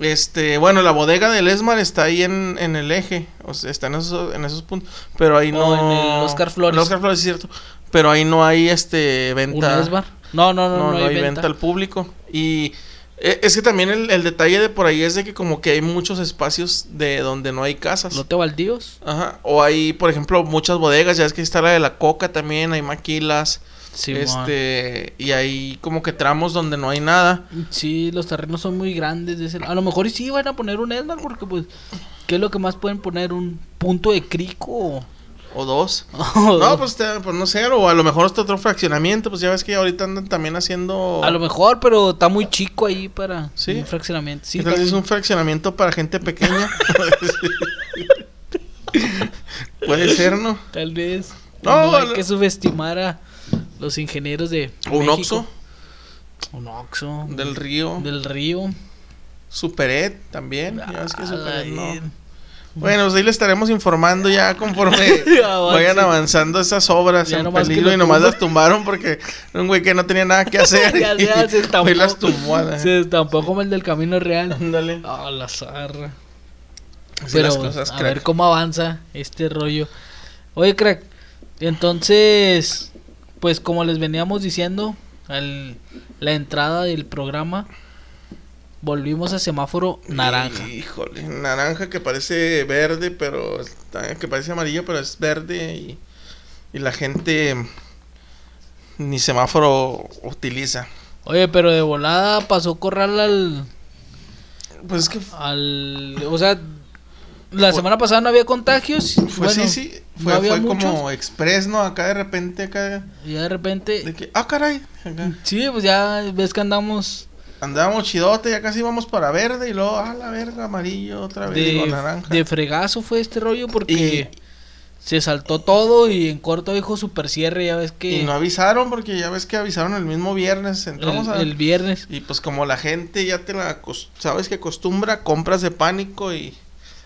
Speaker 3: Este, bueno, la bodega del Esmar está ahí en, en el eje, o sea, está en esos, en esos puntos, pero ahí
Speaker 2: o
Speaker 3: no.
Speaker 2: En el Oscar Flores.
Speaker 3: El Oscar Flores, es cierto pero ahí no hay este venta.
Speaker 2: ¿Un no, no, no, no,
Speaker 3: no, hay, hay venta. venta. al público. Y e, es que también el, el, detalle de por ahí es de que como que hay muchos espacios de donde no hay casas.
Speaker 2: ¿Lote baldíos?
Speaker 3: Ajá. O hay, por ejemplo, muchas bodegas, ya es que está la de la coca también, hay maquilas. Sí, este, man. y hay como que tramos donde no hay nada.
Speaker 2: Sí, los terrenos son muy grandes. De ese... A lo mejor sí van a poner un Esmar porque pues, ¿qué es lo que más pueden poner? ¿Un punto de crico?
Speaker 3: O dos. Oh, no, pues, te, pues, no sé, o a lo mejor está otro fraccionamiento, pues ya ves que ahorita andan también haciendo...
Speaker 2: A lo mejor, pero está muy chico ahí para ¿Sí? un fraccionamiento.
Speaker 3: Sí, Entonces es un fraccionamiento para gente pequeña. Puede ser, ¿no?
Speaker 2: Tal vez. No, no hay no. que subestimar a los ingenieros de
Speaker 3: Un México.
Speaker 2: Oxo. Un Oxo.
Speaker 3: Del Río.
Speaker 2: Del Río.
Speaker 3: Superet también. Ah, ya ves que Superet no... Bueno, pues ahí le estaremos informando ya conforme vayan avanzando esas obras ya en nomás peligro y nomás tumba. las tumbaron porque era un güey que no tenía nada que hacer.
Speaker 2: ya
Speaker 3: y
Speaker 2: sea, se estampó.
Speaker 3: Güey las tumbó, ¿eh?
Speaker 2: Se estampó sí. como el del camino real.
Speaker 3: Ándale.
Speaker 2: Ah, oh, la zarra. Así Pero cosas, a crack. ver cómo avanza este rollo. Oye, crack. Entonces, pues como les veníamos diciendo, al, la entrada del programa volvimos a semáforo naranja.
Speaker 3: Híjole, naranja que parece verde, pero está, que parece amarillo, pero es verde y, y, la gente ni semáforo utiliza.
Speaker 2: Oye, pero de volada pasó Corral al
Speaker 3: pues es que
Speaker 2: al o sea, la fue, semana pasada no había contagios.
Speaker 3: Fue bueno, pues sí, sí, fue, no fue como express, ¿no? Acá de repente acá
Speaker 2: y de repente
Speaker 3: de que, ah, caray. Acá.
Speaker 2: Sí, pues ya ves que andamos
Speaker 3: Andábamos chidote, ya casi íbamos para verde y luego, ah, la verga, amarillo, otra vez,
Speaker 2: de,
Speaker 3: digo, naranja.
Speaker 2: De fregazo fue este rollo porque y, se saltó todo y en corto dijo super cierre, ya ves que...
Speaker 3: Y no avisaron porque ya ves que avisaron el mismo viernes, entramos
Speaker 2: el, a, el viernes.
Speaker 3: Y pues como la gente ya te la, sabes que acostumbra, compras de pánico y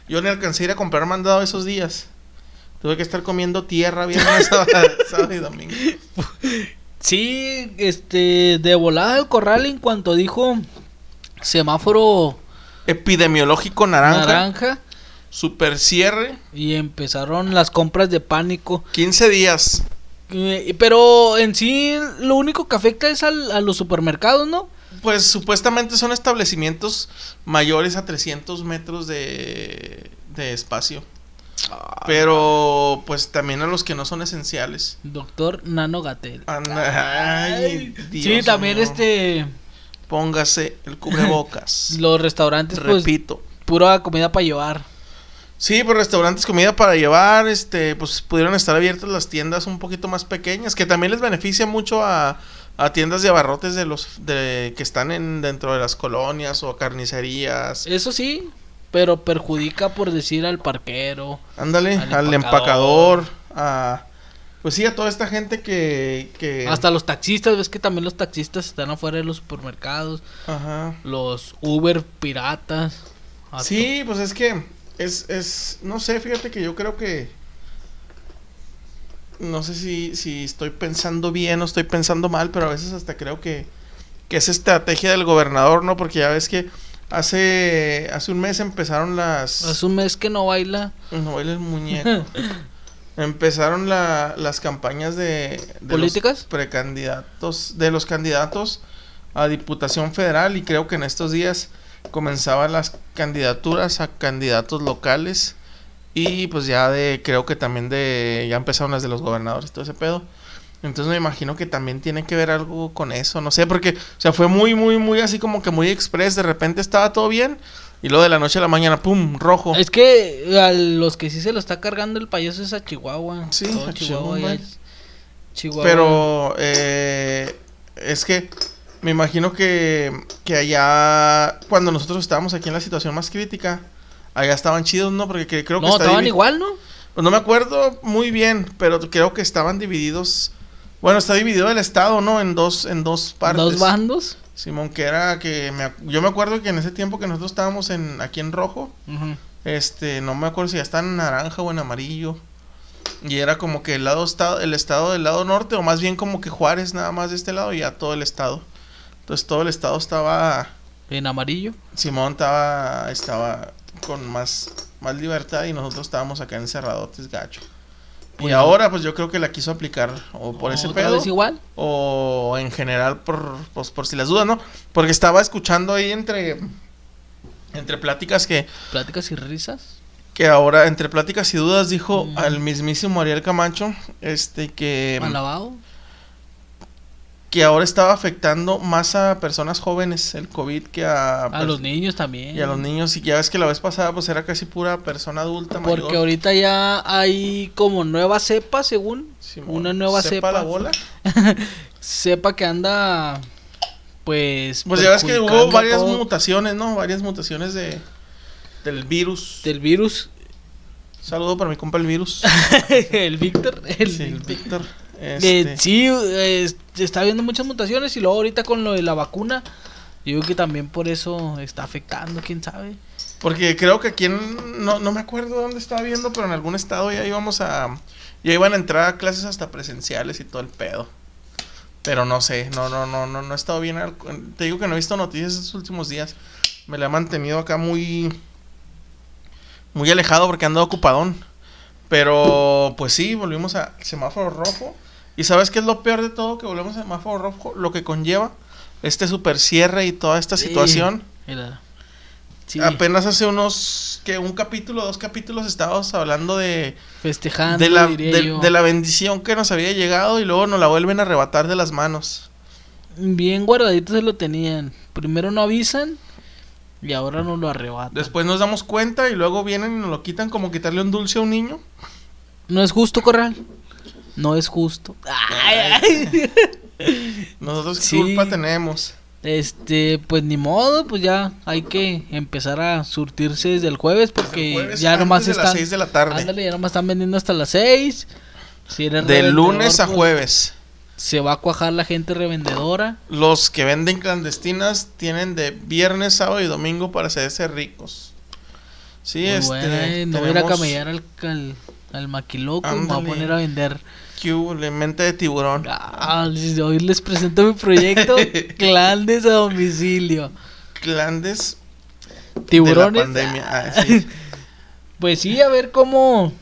Speaker 3: yo ni alcancé a ir a comprar mandado esos días. Tuve que estar comiendo tierra viernes, sábado y domingo.
Speaker 2: Sí, este, de volada del corral en cuanto dijo semáforo
Speaker 3: epidemiológico naranja.
Speaker 2: Naranja.
Speaker 3: Super cierre.
Speaker 2: Y empezaron las compras de pánico.
Speaker 3: 15 días.
Speaker 2: Eh, pero en sí, lo único que afecta es al, a los supermercados, ¿no?
Speaker 3: Pues supuestamente son establecimientos mayores a 300 metros de, de espacio. Ah, pero pues también a los que no son esenciales.
Speaker 2: Doctor Nano Gatel. Ay, Dios sí, también amor. este...
Speaker 3: Póngase el cubrebocas.
Speaker 2: los restaurantes,
Speaker 3: repito.
Speaker 2: Pues, pura comida para llevar.
Speaker 3: Sí, pero restaurantes, comida para llevar, este, pues pudieron estar abiertas las tiendas un poquito más pequeñas, que también les beneficia mucho a, a tiendas de abarrotes de los de, que están en, dentro de las colonias o carnicerías.
Speaker 2: Eso sí, pero perjudica por decir al parquero.
Speaker 3: Ándale, al, al empacador, empacador a, pues sí, a toda esta gente que, que,
Speaker 2: Hasta los taxistas, ves que también los taxistas están afuera de los supermercados. Ajá. Los Uber piratas.
Speaker 3: Sí, pues es que es, es, no sé, fíjate que yo creo que, no sé si, si estoy pensando bien o estoy pensando mal, pero a veces hasta creo que, que es estrategia del gobernador, ¿no? Porque ya ves que hace, hace un mes empezaron las...
Speaker 2: Hace un mes que no baila.
Speaker 3: No baila el muñeco. empezaron la, las campañas de... de
Speaker 2: ¿Políticas? Los
Speaker 3: precandidatos, de los candidatos a Diputación Federal y creo que en estos días comenzaban las candidaturas a candidatos locales y pues ya de creo que también de ya empezaron las de los gobernadores todo ese pedo entonces me imagino que también tiene que ver algo con eso no sé porque o sea fue muy muy muy así como que muy express de repente estaba todo bien y luego de la noche a la mañana pum rojo
Speaker 2: es que a los que sí se lo está cargando el payaso es a Chihuahua
Speaker 3: sí a Chihuahua, Chihuahua, Chihuahua, pero eh, es que me imagino que, que, allá, cuando nosotros estábamos aquí en la situación más crítica, allá estaban chidos, ¿no? Porque que, creo que...
Speaker 2: No, estaban igual, ¿no?
Speaker 3: Pues no me acuerdo muy bien, pero creo que estaban divididos... Bueno, está dividido el estado, ¿no? En dos, en dos partes.
Speaker 2: ¿Dos bandos?
Speaker 3: Simón, que era que... Me, yo me acuerdo que en ese tiempo que nosotros estábamos en, aquí en rojo, uh -huh. este, no me acuerdo si ya están en naranja o en amarillo. Y era como que el lado estado, el estado del lado norte, o más bien como que Juárez nada más de este lado y ya todo el estado. Entonces todo el estado estaba
Speaker 2: en amarillo.
Speaker 3: Simón estaba estaba con más más libertad y nosotros estábamos acá encerradotes gacho. Pues y no. ahora pues yo creo que la quiso aplicar o por ese
Speaker 2: ¿Otra
Speaker 3: pedo
Speaker 2: vez igual
Speaker 3: o en general por pues, por si las dudas, ¿no? Porque estaba escuchando ahí entre entre pláticas que
Speaker 2: pláticas y risas
Speaker 3: que ahora entre pláticas y dudas dijo mm. al mismísimo Ariel Camacho este que
Speaker 2: Malabado
Speaker 3: que ahora estaba afectando más a personas jóvenes el COVID que a...
Speaker 2: A los niños también.
Speaker 3: ah, pues Y a los niños, y ya ves que la vez pasada pues era casi pura persona adulta.
Speaker 2: Porque mayor. ahorita ya hay como nueva cepa, según. Sí, una nueva cepa.
Speaker 3: ¿Cepa la bola?
Speaker 2: cepa que anda pues...
Speaker 3: Pues ya ves que hubo varias todo. mutaciones, ¿no? Varias mutaciones de... Del virus.
Speaker 2: Del virus.
Speaker 3: Saludo para mi compa el virus.
Speaker 2: el Víctor.
Speaker 3: El, sí, el Víctor.
Speaker 2: Este. Eh, sí, eh, está habiendo muchas mutaciones y luego ahorita con lo de la vacuna, yo creo que también por eso está afectando, quién sabe.
Speaker 3: Porque creo que aquí, en, no, no me acuerdo dónde estaba viendo, pero en algún estado ya íbamos a, ya iban a entrar a clases hasta presenciales y todo el pedo. Pero no sé, no, no, no, no, no he estado bien, te digo que no he visto noticias estos últimos días, me la he mantenido acá muy, muy alejado porque ando ocupadón. Pero pues sí, volvimos a semáforo rojo. Y sabes qué es lo peor de todo que volvemos a semáforo rojo, lo que conlleva este super cierre y toda esta sí, situación. Ah, Mira. Sí. Apenas hace unos que un capítulo, dos capítulos estábamos hablando de
Speaker 2: festejando
Speaker 3: de la, de, de la, bendición que nos había llegado y luego nos la vuelven a arrebatar de las manos.
Speaker 2: Bien guardadito se lo tenían. Primero no avisan y ahora nos lo arrebatan.
Speaker 3: Después nos damos cuenta y luego vienen y nos lo quitan como quitarle un dulce a un niño.
Speaker 2: No es justo, Corral. No es justo. Ay,
Speaker 3: ay. Nosotros sí. culpa tenemos.
Speaker 2: Este, pues ni modo, pues ya hay que empezar a surtirse desde el jueves porque el jueves ya nomás
Speaker 3: de
Speaker 2: están.
Speaker 3: las 6 de la tarde.
Speaker 2: Ándale, ya nomás están vendiendo hasta las 6.
Speaker 3: Si eres de lunes a pues, jueves.
Speaker 2: Se va a cuajar la gente revendedora.
Speaker 3: Los que venden clandestinas tienen de viernes, sábado y domingo para hacerse ricos. Sí,
Speaker 2: Muy
Speaker 3: este.
Speaker 2: Bueno, no voy a camellar al, al, al maquiloco, me voy a poner a vender.
Speaker 3: Le mente de tiburón.
Speaker 2: Ah, hoy les presento mi proyecto Clandes a domicilio.
Speaker 3: Clandes
Speaker 2: tiburones. Ah.
Speaker 3: De la pandemia. Ah, sí.
Speaker 2: Pues sí, a ver cómo.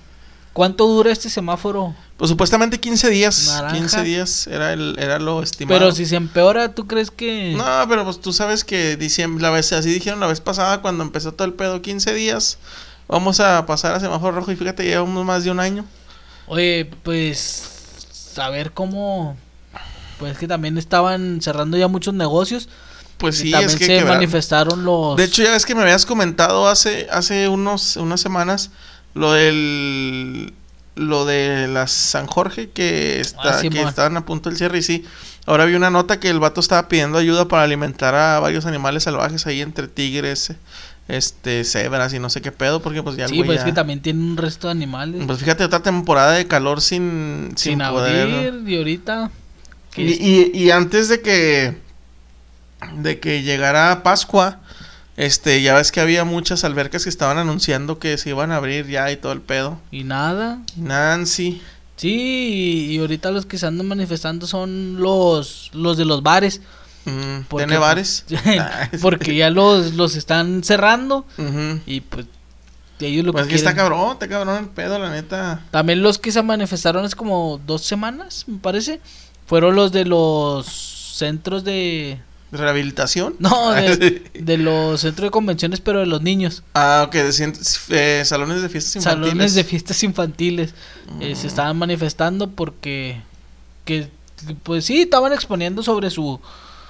Speaker 2: ¿Cuánto dura este semáforo?
Speaker 3: Pues supuestamente 15 días. Naranja. 15 días era, el, era lo estimado.
Speaker 2: Pero si se empeora, ¿tú crees que.?
Speaker 3: No, pero pues tú sabes que diciembre, la vez, así dijeron la vez pasada cuando empezó todo el pedo, 15 días. Vamos a pasar a semáforo rojo y fíjate, llevamos más de un año.
Speaker 2: Oye, pues. Saber cómo. Pues que también estaban cerrando ya muchos negocios.
Speaker 3: Pues sí,
Speaker 2: también es que se quebraron. manifestaron los.
Speaker 3: De hecho, ya ves que me habías comentado hace, hace unos, unas semanas lo del. Lo de la San Jorge que, está, ah, sí, que man. estaban a punto del cierre y sí. Ahora vi una nota que el vato estaba pidiendo ayuda para alimentar a varios animales salvajes ahí entre tigres, este, cebras y no sé qué pedo, porque pues ya
Speaker 2: Sí, pues
Speaker 3: ya...
Speaker 2: es que también tiene un resto de animales.
Speaker 3: Pues fíjate, otra temporada de calor sin.
Speaker 2: Sin, sin abrir, poder... y ahorita.
Speaker 3: Y, y, y antes de que de que llegara Pascua, este, ya ves que había muchas albercas que estaban anunciando que se iban a abrir ya y todo el pedo.
Speaker 2: Y nada.
Speaker 3: Nancy.
Speaker 2: Sí, y ahorita los que se andan manifestando son los, los de los bares.
Speaker 3: Mm, porque, ¿Tiene bares? Ah,
Speaker 2: porque ya los, los están cerrando uh -huh. y pues ellos lo
Speaker 3: pues que quieren. está cabrón, está cabrón el pedo, la neta.
Speaker 2: También los que se manifestaron hace como dos semanas, me parece, fueron los de los centros de,
Speaker 3: ¿Rehabilitación?
Speaker 2: No, de, de, los centros de convenciones, pero de los niños.
Speaker 3: Ah, ok, de eh, salones de fiestas infantiles.
Speaker 2: Salones de fiestas infantiles. Eh, mm. se estaban manifestando porque. que Pues sí, estaban exponiendo sobre su.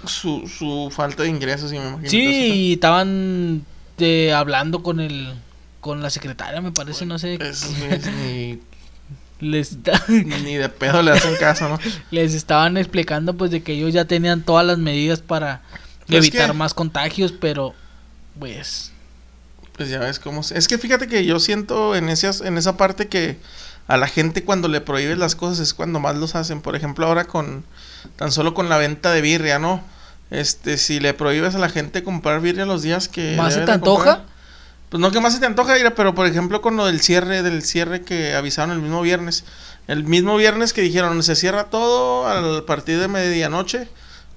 Speaker 3: Su, su falta de ingresos, sí, me imagino.
Speaker 2: Sí, y estaban de, hablando con el. con la secretaria, me parece, bueno, no sé.
Speaker 3: Eso pues, es mi...
Speaker 2: Les
Speaker 3: Ni de pedo le hacen caso, ¿no?
Speaker 2: Les estaban explicando pues de que ellos ya tenían todas las medidas para pues evitar que... más contagios, pero pues...
Speaker 3: Pues ya ves cómo... Es que fíjate que yo siento en, esas, en esa parte que a la gente cuando le prohíbes las cosas es cuando más los hacen. Por ejemplo, ahora con... Tan solo con la venta de birria, ¿no? Este, si le prohíbes a la gente comprar birria los días que...
Speaker 2: ¿Más se te antoja?
Speaker 3: Pues no que más se te antoja ir, pero por ejemplo con lo del cierre, del cierre que avisaron el mismo viernes. El mismo viernes que dijeron se cierra todo al partir de medianoche.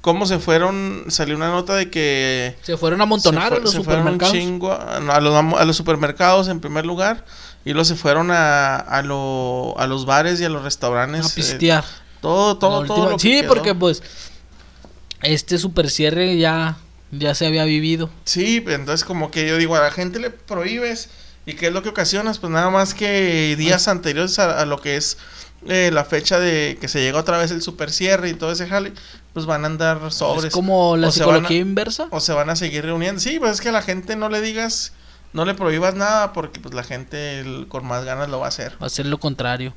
Speaker 3: ¿Cómo se fueron? Salió una nota de que...
Speaker 2: Se fueron a amontonar
Speaker 3: se,
Speaker 2: a los se supermercados.
Speaker 3: Fueron chingo a, a, los, a, los, supermercados en primer lugar. Y luego se fueron a, a, lo, a los bares y a los restaurantes.
Speaker 2: A pistear. Eh,
Speaker 3: todo, todo, todo.
Speaker 2: Lo sí, que porque pues este super cierre ya ya se había vivido.
Speaker 3: Sí, entonces como que yo digo, a la gente le prohíbes y qué es lo que ocasionas, pues nada más que días ah. anteriores a, a, lo que es eh, la fecha de que se llega otra vez el super cierre y todo ese jale, pues van a andar sobres.
Speaker 2: Es como la o psicología a, inversa.
Speaker 3: O se van a seguir reuniendo. Sí, pues es que a la gente no le digas, no le prohíbas nada porque pues la gente el, con más ganas lo va a hacer.
Speaker 2: Va a hacer lo contrario.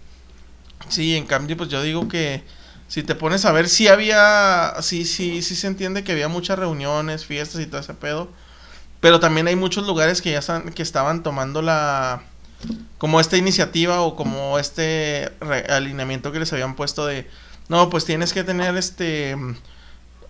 Speaker 3: Sí, en cambio pues yo digo que si te pones a ver, sí había, sí, sí, sí se entiende que había muchas reuniones, fiestas y todo ese pedo. Pero también hay muchos lugares que ya están, que estaban tomando la, como esta iniciativa o como este alineamiento que les habían puesto de, no, pues tienes que tener este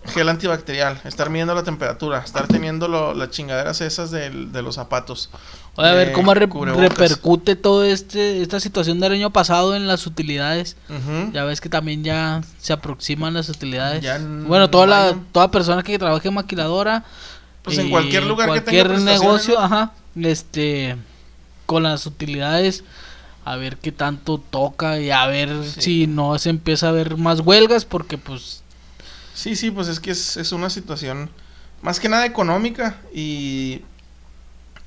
Speaker 3: gel antibacterial, estar midiendo la temperatura, estar teniendo lo, las chingaderas esas del, de los zapatos.
Speaker 2: Oye, a ver cómo re Eh, cubrebocas. repercute todo este esta situación del año pasado en las utilidades. Uh -huh. Ya ves que también ya se aproximan las utilidades. Ya bueno, toda no la toda persona que trabaje en maquiladora eh,
Speaker 3: pues en cualquier lugar
Speaker 2: cualquier
Speaker 3: que tenga
Speaker 2: negocio, ¿no? ajá, este con las utilidades a ver qué tanto toca y a ver sí. si no se empieza a ver más huelgas porque pues
Speaker 3: Sí, sí, pues es que es, es una situación más que nada económica y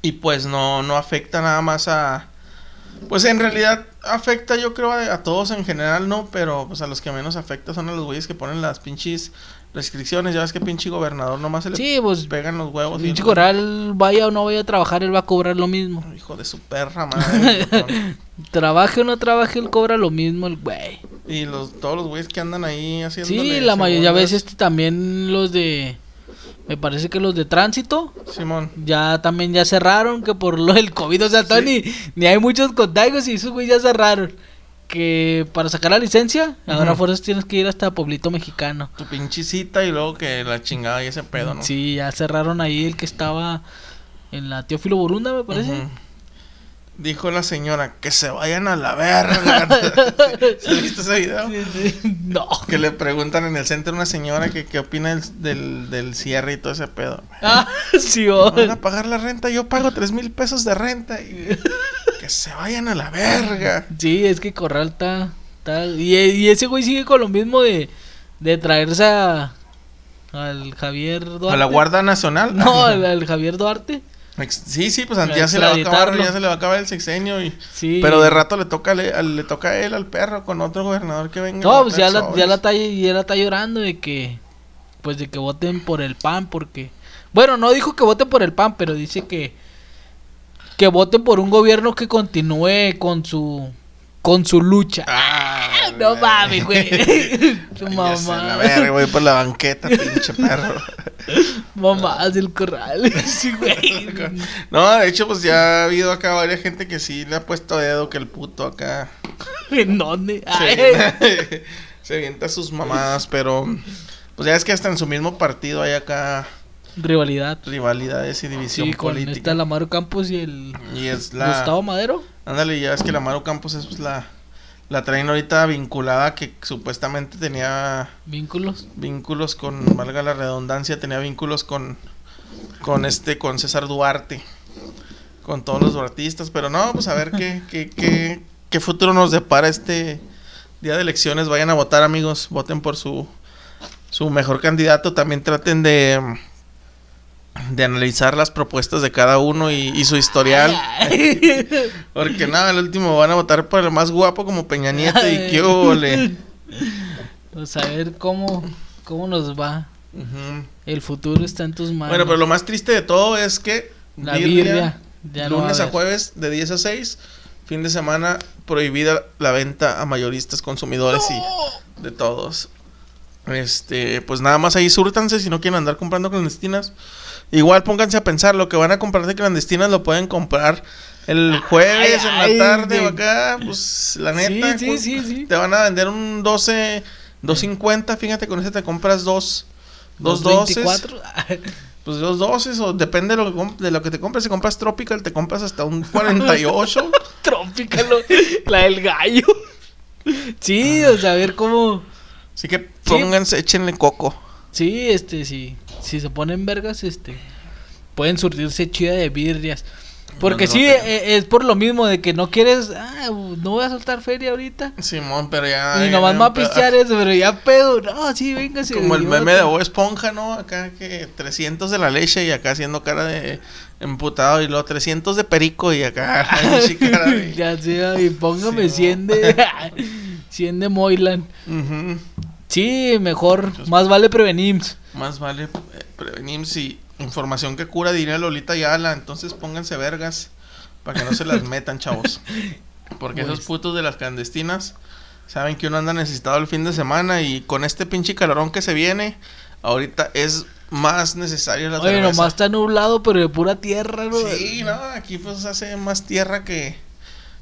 Speaker 3: y pues no, no afecta nada más a... Pues en realidad afecta yo creo a, a, todos en general, ¿no? Pero pues a los que menos afecta son a los güeyes que ponen las pinches restricciones. Ya ves que pinche gobernador nomás se le
Speaker 2: sí, pues,
Speaker 3: pegan los huevos.
Speaker 2: Pinche coral vaya o no vaya a trabajar, él va a cobrar lo mismo.
Speaker 3: Hijo de su perra madre.
Speaker 2: trabaje o no trabaje, él cobra lo mismo el güey.
Speaker 3: Y los, todos los güeyes que andan ahí haciendo...
Speaker 2: Sí, la mayoría de veces también los de... Me parece que los de tránsito.
Speaker 3: Simón.
Speaker 2: Ya también ya cerraron, que por lo del COVID, o sea, sí. Tony, ni, hay muchos contagios y esos güey ya cerraron. Que para sacar la licencia, uh -huh. ahora fuerzas tienes que ir hasta Pueblito Mexicano.
Speaker 3: Tu pinchicita y luego que la chingada y ese pedo, ¿no?
Speaker 2: Sí, ya cerraron ahí el que estaba en la Teófilo Borunda, me parece. Uh -huh.
Speaker 3: Dijo la señora, que se vayan a la verga. ¿Sí, ¿sí viste ese video?
Speaker 2: Sí, no.
Speaker 3: Que le preguntan en el centro a una señora que qué opina del, del, del, cierre y todo ese pedo.
Speaker 2: Ah, sí, oh.
Speaker 3: Van a pagar la renta, yo pago tres mil pesos de renta. Y... Que se vayan a la verga.
Speaker 2: Sí, es que Corral está. Y, y, ese güey sigue con lo mismo de, de traerse a, al Javier Duarte.
Speaker 3: ¿A la Guardia Nacional?
Speaker 2: No, al, al Javier Duarte.
Speaker 3: Sí, sí, pues ya se, le va a acabar, ya se le va a acabar el sexenio. Y... Sí. Pero de rato le toca, le, le toca a él, al perro, con otro gobernador que venga.
Speaker 2: No, pues ya la, ya la, está, ya la está llorando de que, pues de que voten por el PAN, porque... Bueno, no dijo que voten por el PAN, pero dice que... Que voten por un gobierno que continúe con su... Con su lucha. Ah, ah, no mames, güey.
Speaker 3: tu mamá. A ver, voy por la banqueta, pinche perro.
Speaker 2: Mamás del corral. sí, güey.
Speaker 3: No, de hecho, pues ya ha habido acá varias gente que sí le ha puesto dedo que el puto acá.
Speaker 2: ¿En dónde?
Speaker 3: Se, se avienta sus mamadas, pero. Pues ya es que hasta en su mismo partido hay acá.
Speaker 2: Rivalidad.
Speaker 3: Rivalidades y división sí, con política.
Speaker 2: Está el Amaro Campos y el.
Speaker 3: Y es la...
Speaker 2: Gustavo Madero.
Speaker 3: Ándale, ya es que el Amaro Campos es pues, la. La traen ahorita vinculada que supuestamente tenía...
Speaker 2: ¿Vínculos?
Speaker 3: Vínculos con, valga la redundancia, tenía vínculos con... Con este, con César Duarte. Con todos los duartistas. Pero no, pues a ver qué, qué, qué, qué futuro nos depara este día de elecciones. Vayan a votar, amigos. Voten por su, su mejor candidato. También traten de de analizar las propuestas de cada uno y, y su historial. Porque nada, no, el último van a votar por el más guapo como Peña Nieto y qué ole.
Speaker 2: Pues a ver cómo, cómo nos va. Uh -huh. El futuro está en tus manos.
Speaker 3: Bueno, pero lo más triste de todo es que
Speaker 2: la Biblia, Biblia ya
Speaker 3: lunes
Speaker 2: no
Speaker 3: a, a, jueves de 10 a 6, fin de semana prohibida la venta a mayoristas, consumidores no. y de todos. Este, pues nada más ahí surtanse si no quieren andar comprando clandestinas. Igual pónganse a pensar, lo que van a comprar de clandestinas lo pueden comprar el jueves ay, en la ay, tarde de... o acá, pues la neta.
Speaker 2: Sí,
Speaker 3: pues,
Speaker 2: sí, sí,
Speaker 3: te van a vender un 12, 250, fíjate, con ese te compras dos, dos 12. Pues dos 12 o depende de lo, que, de lo que te compres. Si compras Tropical, te compras hasta un 48.
Speaker 2: tropical, la del gallo. Sí,
Speaker 3: Ah.
Speaker 2: o sea, a ver cómo.
Speaker 3: Así que pónganse, échenle coco.
Speaker 2: Sí, este, sí si se ponen vergas, este, pueden surtirse chida de birrias. Porque no, no sí, e, es, es, por lo mismo de que no quieres, ah, no voy a soltar feria ahorita.
Speaker 3: Simón, pero ya. ah,
Speaker 2: Y nomás me va a pistear eso, pero ya pedo, no, sí, véngase.
Speaker 3: Como el meme de Bob Esponja, ¿no? Acá que 300 de la leche y acá haciendo cara de emputado y luego 300 de perico y acá.
Speaker 2: cara de... ya sí, y póngame sí, 100 de, 100 de Moylan. Uh -huh. Sí, mejor, Muchos más vale prevenir.
Speaker 3: Más vale eh, prevenir si información que cura diría Lolita y Ala, entonces pónganse vergas para que no se las metan, chavos. Porque pues. esos putos de las clandestinas saben que uno anda necesitado el fin de semana y con este pinche calorón que se viene, ahorita es más necesario la
Speaker 2: Oye, cerveza. nomás está nublado, pero de pura tierra, ¿no?
Speaker 3: Sí, no, aquí pues hace más tierra que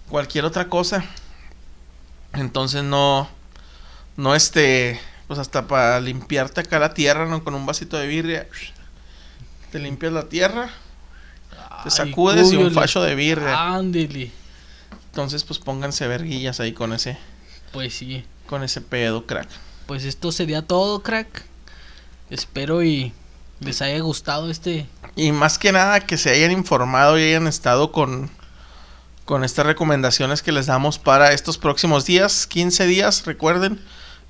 Speaker 3: cualquier otra cosa. Entonces no no este, pues hasta para limpiarte acá la tierra, ¿no? Con un vasito de birria, te limpias la tierra, te sacudes Ay, y un facho de
Speaker 2: Ah.
Speaker 3: birria.
Speaker 2: Ándele.
Speaker 3: Entonces, pues pónganse verguillas ahí con ese.
Speaker 2: Pues sí.
Speaker 3: Con ese pedo, crack.
Speaker 2: Pues esto sería todo, crack. Espero y les haya gustado este.
Speaker 3: Y más que nada que se hayan informado y hayan estado con con estas recomendaciones que les damos para estos próximos días, 15 días, recuerden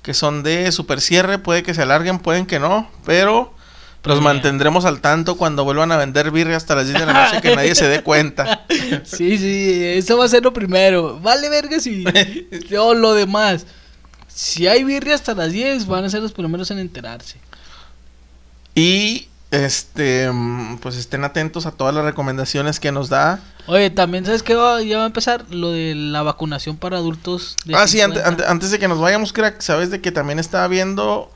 Speaker 3: que son de super cierre, puede que se alarguen, pueden que no, pero los Bien. mantendremos al tanto cuando vuelvan a vender birria hasta las 10 de la noche que nadie se dé cuenta.
Speaker 2: Sí, sí, eso va a ser lo primero. Vale verga si todo lo demás. Si hay birria hasta las 10, van a ser los primeros en enterarse.
Speaker 3: Y este, pues estén atentos a todas las recomendaciones que nos da.
Speaker 2: Oye, también sabes que ya va a empezar lo de la vacunación para adultos.
Speaker 3: De ah, 50? sí, antes, antes, antes de que nos vayamos, crack, sabes de que también estaba viendo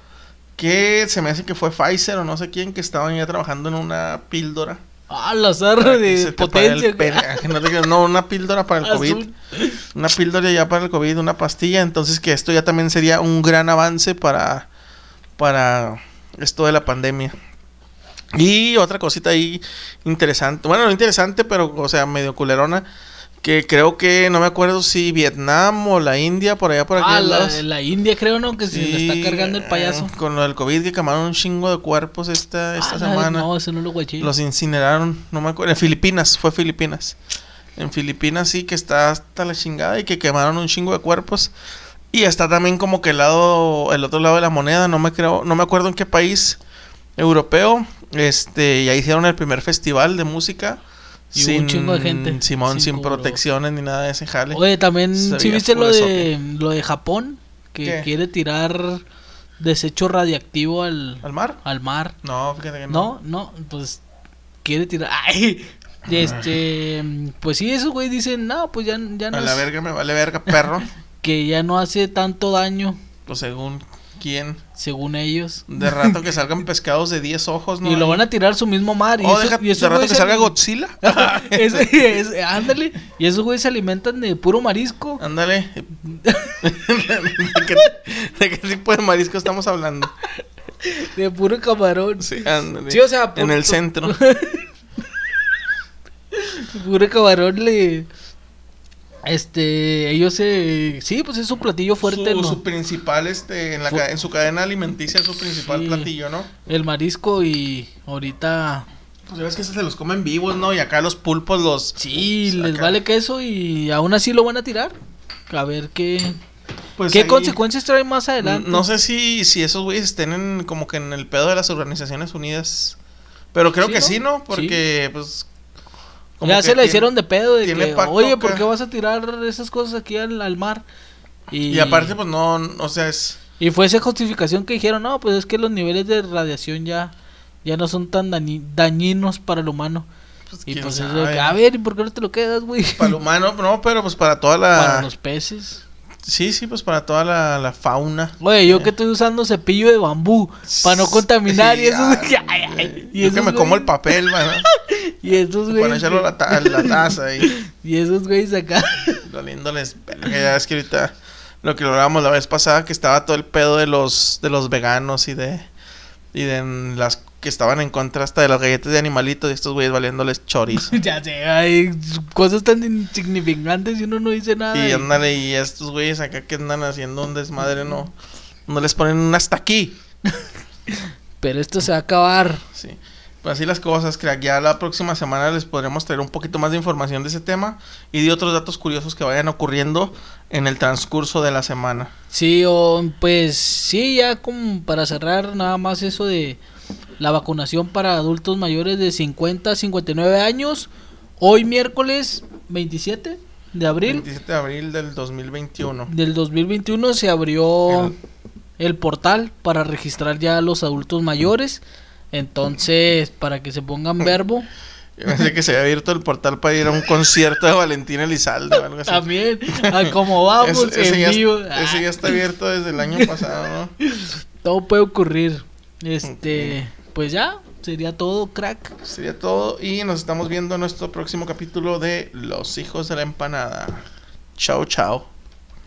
Speaker 3: que se me hace que fue Pfizer o no sé quién que estaban ya trabajando en una píldora.
Speaker 2: Ah, la zarra de potencia. Ah,
Speaker 3: no, una píldora para el COVID. Una píldora ya para el COVID, una pastilla. Entonces que esto ya también sería un gran avance para, para esto de la pandemia. Y otra cosita ahí interesante, bueno, no interesante, pero o sea, medio culerona, que creo que no me acuerdo si Vietnam o la India, por allá por aquí.
Speaker 2: Ah, la, la, India creo, ¿no? Que sí, se le está cargando el payaso.
Speaker 3: Con lo del COVID que quemaron un chingo de cuerpos esta, esta ah, semana.
Speaker 2: No, eso no lo guaché.
Speaker 3: Los incineraron, no me acuerdo, en Filipinas, fue Filipinas. En Filipinas sí, que está hasta la chingada y que quemaron un chingo de cuerpos. Y está también como que el lado, el otro lado de la moneda, no me creo, no me acuerdo en qué país europeo. Este, ya hicieron el primer festival de música.
Speaker 2: Y sin, un chingo de gente.
Speaker 3: Simón, sin, sin protecciones ni nada de ese jale.
Speaker 2: Oye, también, si ¿sí viste lo de, soque? lo de Japón, que ¿Qué? quiere tirar desecho radiactivo al,
Speaker 3: al. mar?
Speaker 2: Al mar.
Speaker 3: No, fíjate que
Speaker 2: no. No, no, pues quiere tirar. ¡Ay! Este. Pues sí, esos güey dicen, no, pues ya, ya no.
Speaker 3: A la verga, me vale verga, perro.
Speaker 2: que ya no hace tanto daño.
Speaker 3: Pues según quién.
Speaker 2: Según ellos.
Speaker 3: De rato que salgan pescados de 10 ojos, Pues ¿no?
Speaker 2: Y lo van a tirar su mismo mar. Y,
Speaker 3: oh, eso, deja, y eso de rato que salga Godzilla.
Speaker 2: es, es, ándale. Y esos güeyes se alimentan de puro marisco.
Speaker 3: Ándale. ¿De, qué, ¿De, qué, tipo de marisco estamos hablando?
Speaker 2: De puro camarón.
Speaker 3: Sí, ándale.
Speaker 2: Sí, o sea,
Speaker 3: En el centro.
Speaker 2: puro camarón le... Este, ellos se. Sí, pues es su platillo fuerte.
Speaker 3: Su,
Speaker 2: ¿no?
Speaker 3: su principal, este, en, la, en su cadena alimenticia, es su principal sí, platillo, ¿no?
Speaker 2: El marisco y ahorita.
Speaker 3: Pues ya ves que se los comen vivos, ¿no? Y acá los pulpos los.
Speaker 2: Sí, sacan. les vale queso y aún así lo van a tirar. A ver qué. Pues ¿Qué ahí, consecuencias trae más adelante?
Speaker 3: No sé si, si esos güeyes estén en, como que en el pedo de las Organizaciones Unidas. Pero creo ¿Sí, que no? sí, ¿no? Porque, sí. pues,
Speaker 2: como ya se la hicieron de pedo de que, oye, ¿por qué vas a tirar esas cosas aquí al, al mar?
Speaker 3: Y... y... aparte, pues no, o sea, es...
Speaker 2: Y fue esa justificación que dijeron, no, pues es que los niveles de radiación ya, ya no son tan dañi dañinos para el humano. Pues, y pues eso, a ver, ¿y por qué no te lo quedas, güey?
Speaker 3: Para el humano, no, pero pues para toda la...
Speaker 2: Para los peces.
Speaker 3: Sí, sí, pues para toda la, la fauna.
Speaker 2: Oye, yo eh. que estoy usando cepillo de bambú para no contaminar sí, y eso. Ay, ay,
Speaker 3: ay, y yo esos que me güeyes... como el papel, mano.
Speaker 2: y esos güeyes.
Speaker 3: Para echarlo a ta la, taza ahí.
Speaker 2: y esos güeyes acá.
Speaker 3: Doliéndoles. Que ya es que ahorita lo que logramos la vez pasada que estaba todo el pedo de los de los veganos y de y de las que estaban en contra hasta de las galletas de animalitos y estos güeyes valiéndoles chorizo.
Speaker 2: ya sé, hay cosas tan insignificantes y uno no dice nada.
Speaker 3: Y ándale, y estos güeyes acá que andan haciendo un desmadre, no, no les ponen un hasta aquí.
Speaker 2: Pero esto se va a acabar.
Speaker 3: Sí. Pues así las cosas, crack. Ya la próxima semana les podremos traer un poquito más de información de ese tema y de otros datos curiosos que vayan ocurriendo en el transcurso de la semana.
Speaker 2: Sí, o pues sí, ya como para cerrar nada más eso de la vacunación para adultos mayores de 50 a 59 años. Hoy miércoles 27 de abril.
Speaker 3: 27 de abril del 2021.
Speaker 2: Del 2021 se abrió el, el portal para registrar ya a los adultos mayores. Entonces, para que se pongan verbo.
Speaker 3: Yo pensé que se había abierto el portal para ir a un concierto de Valentín Elizalde o algo así.
Speaker 2: También, a como vamos, Ah.
Speaker 3: es, ese, en vivo. Ya, ese ya está abierto desde el año pasado, ¿no?
Speaker 2: Todo puede ocurrir. Este, pues ya, sería todo, crack.
Speaker 3: Sería todo y nos estamos viendo en nuestro próximo capítulo de Los hijos de la empanada. Chao, chao.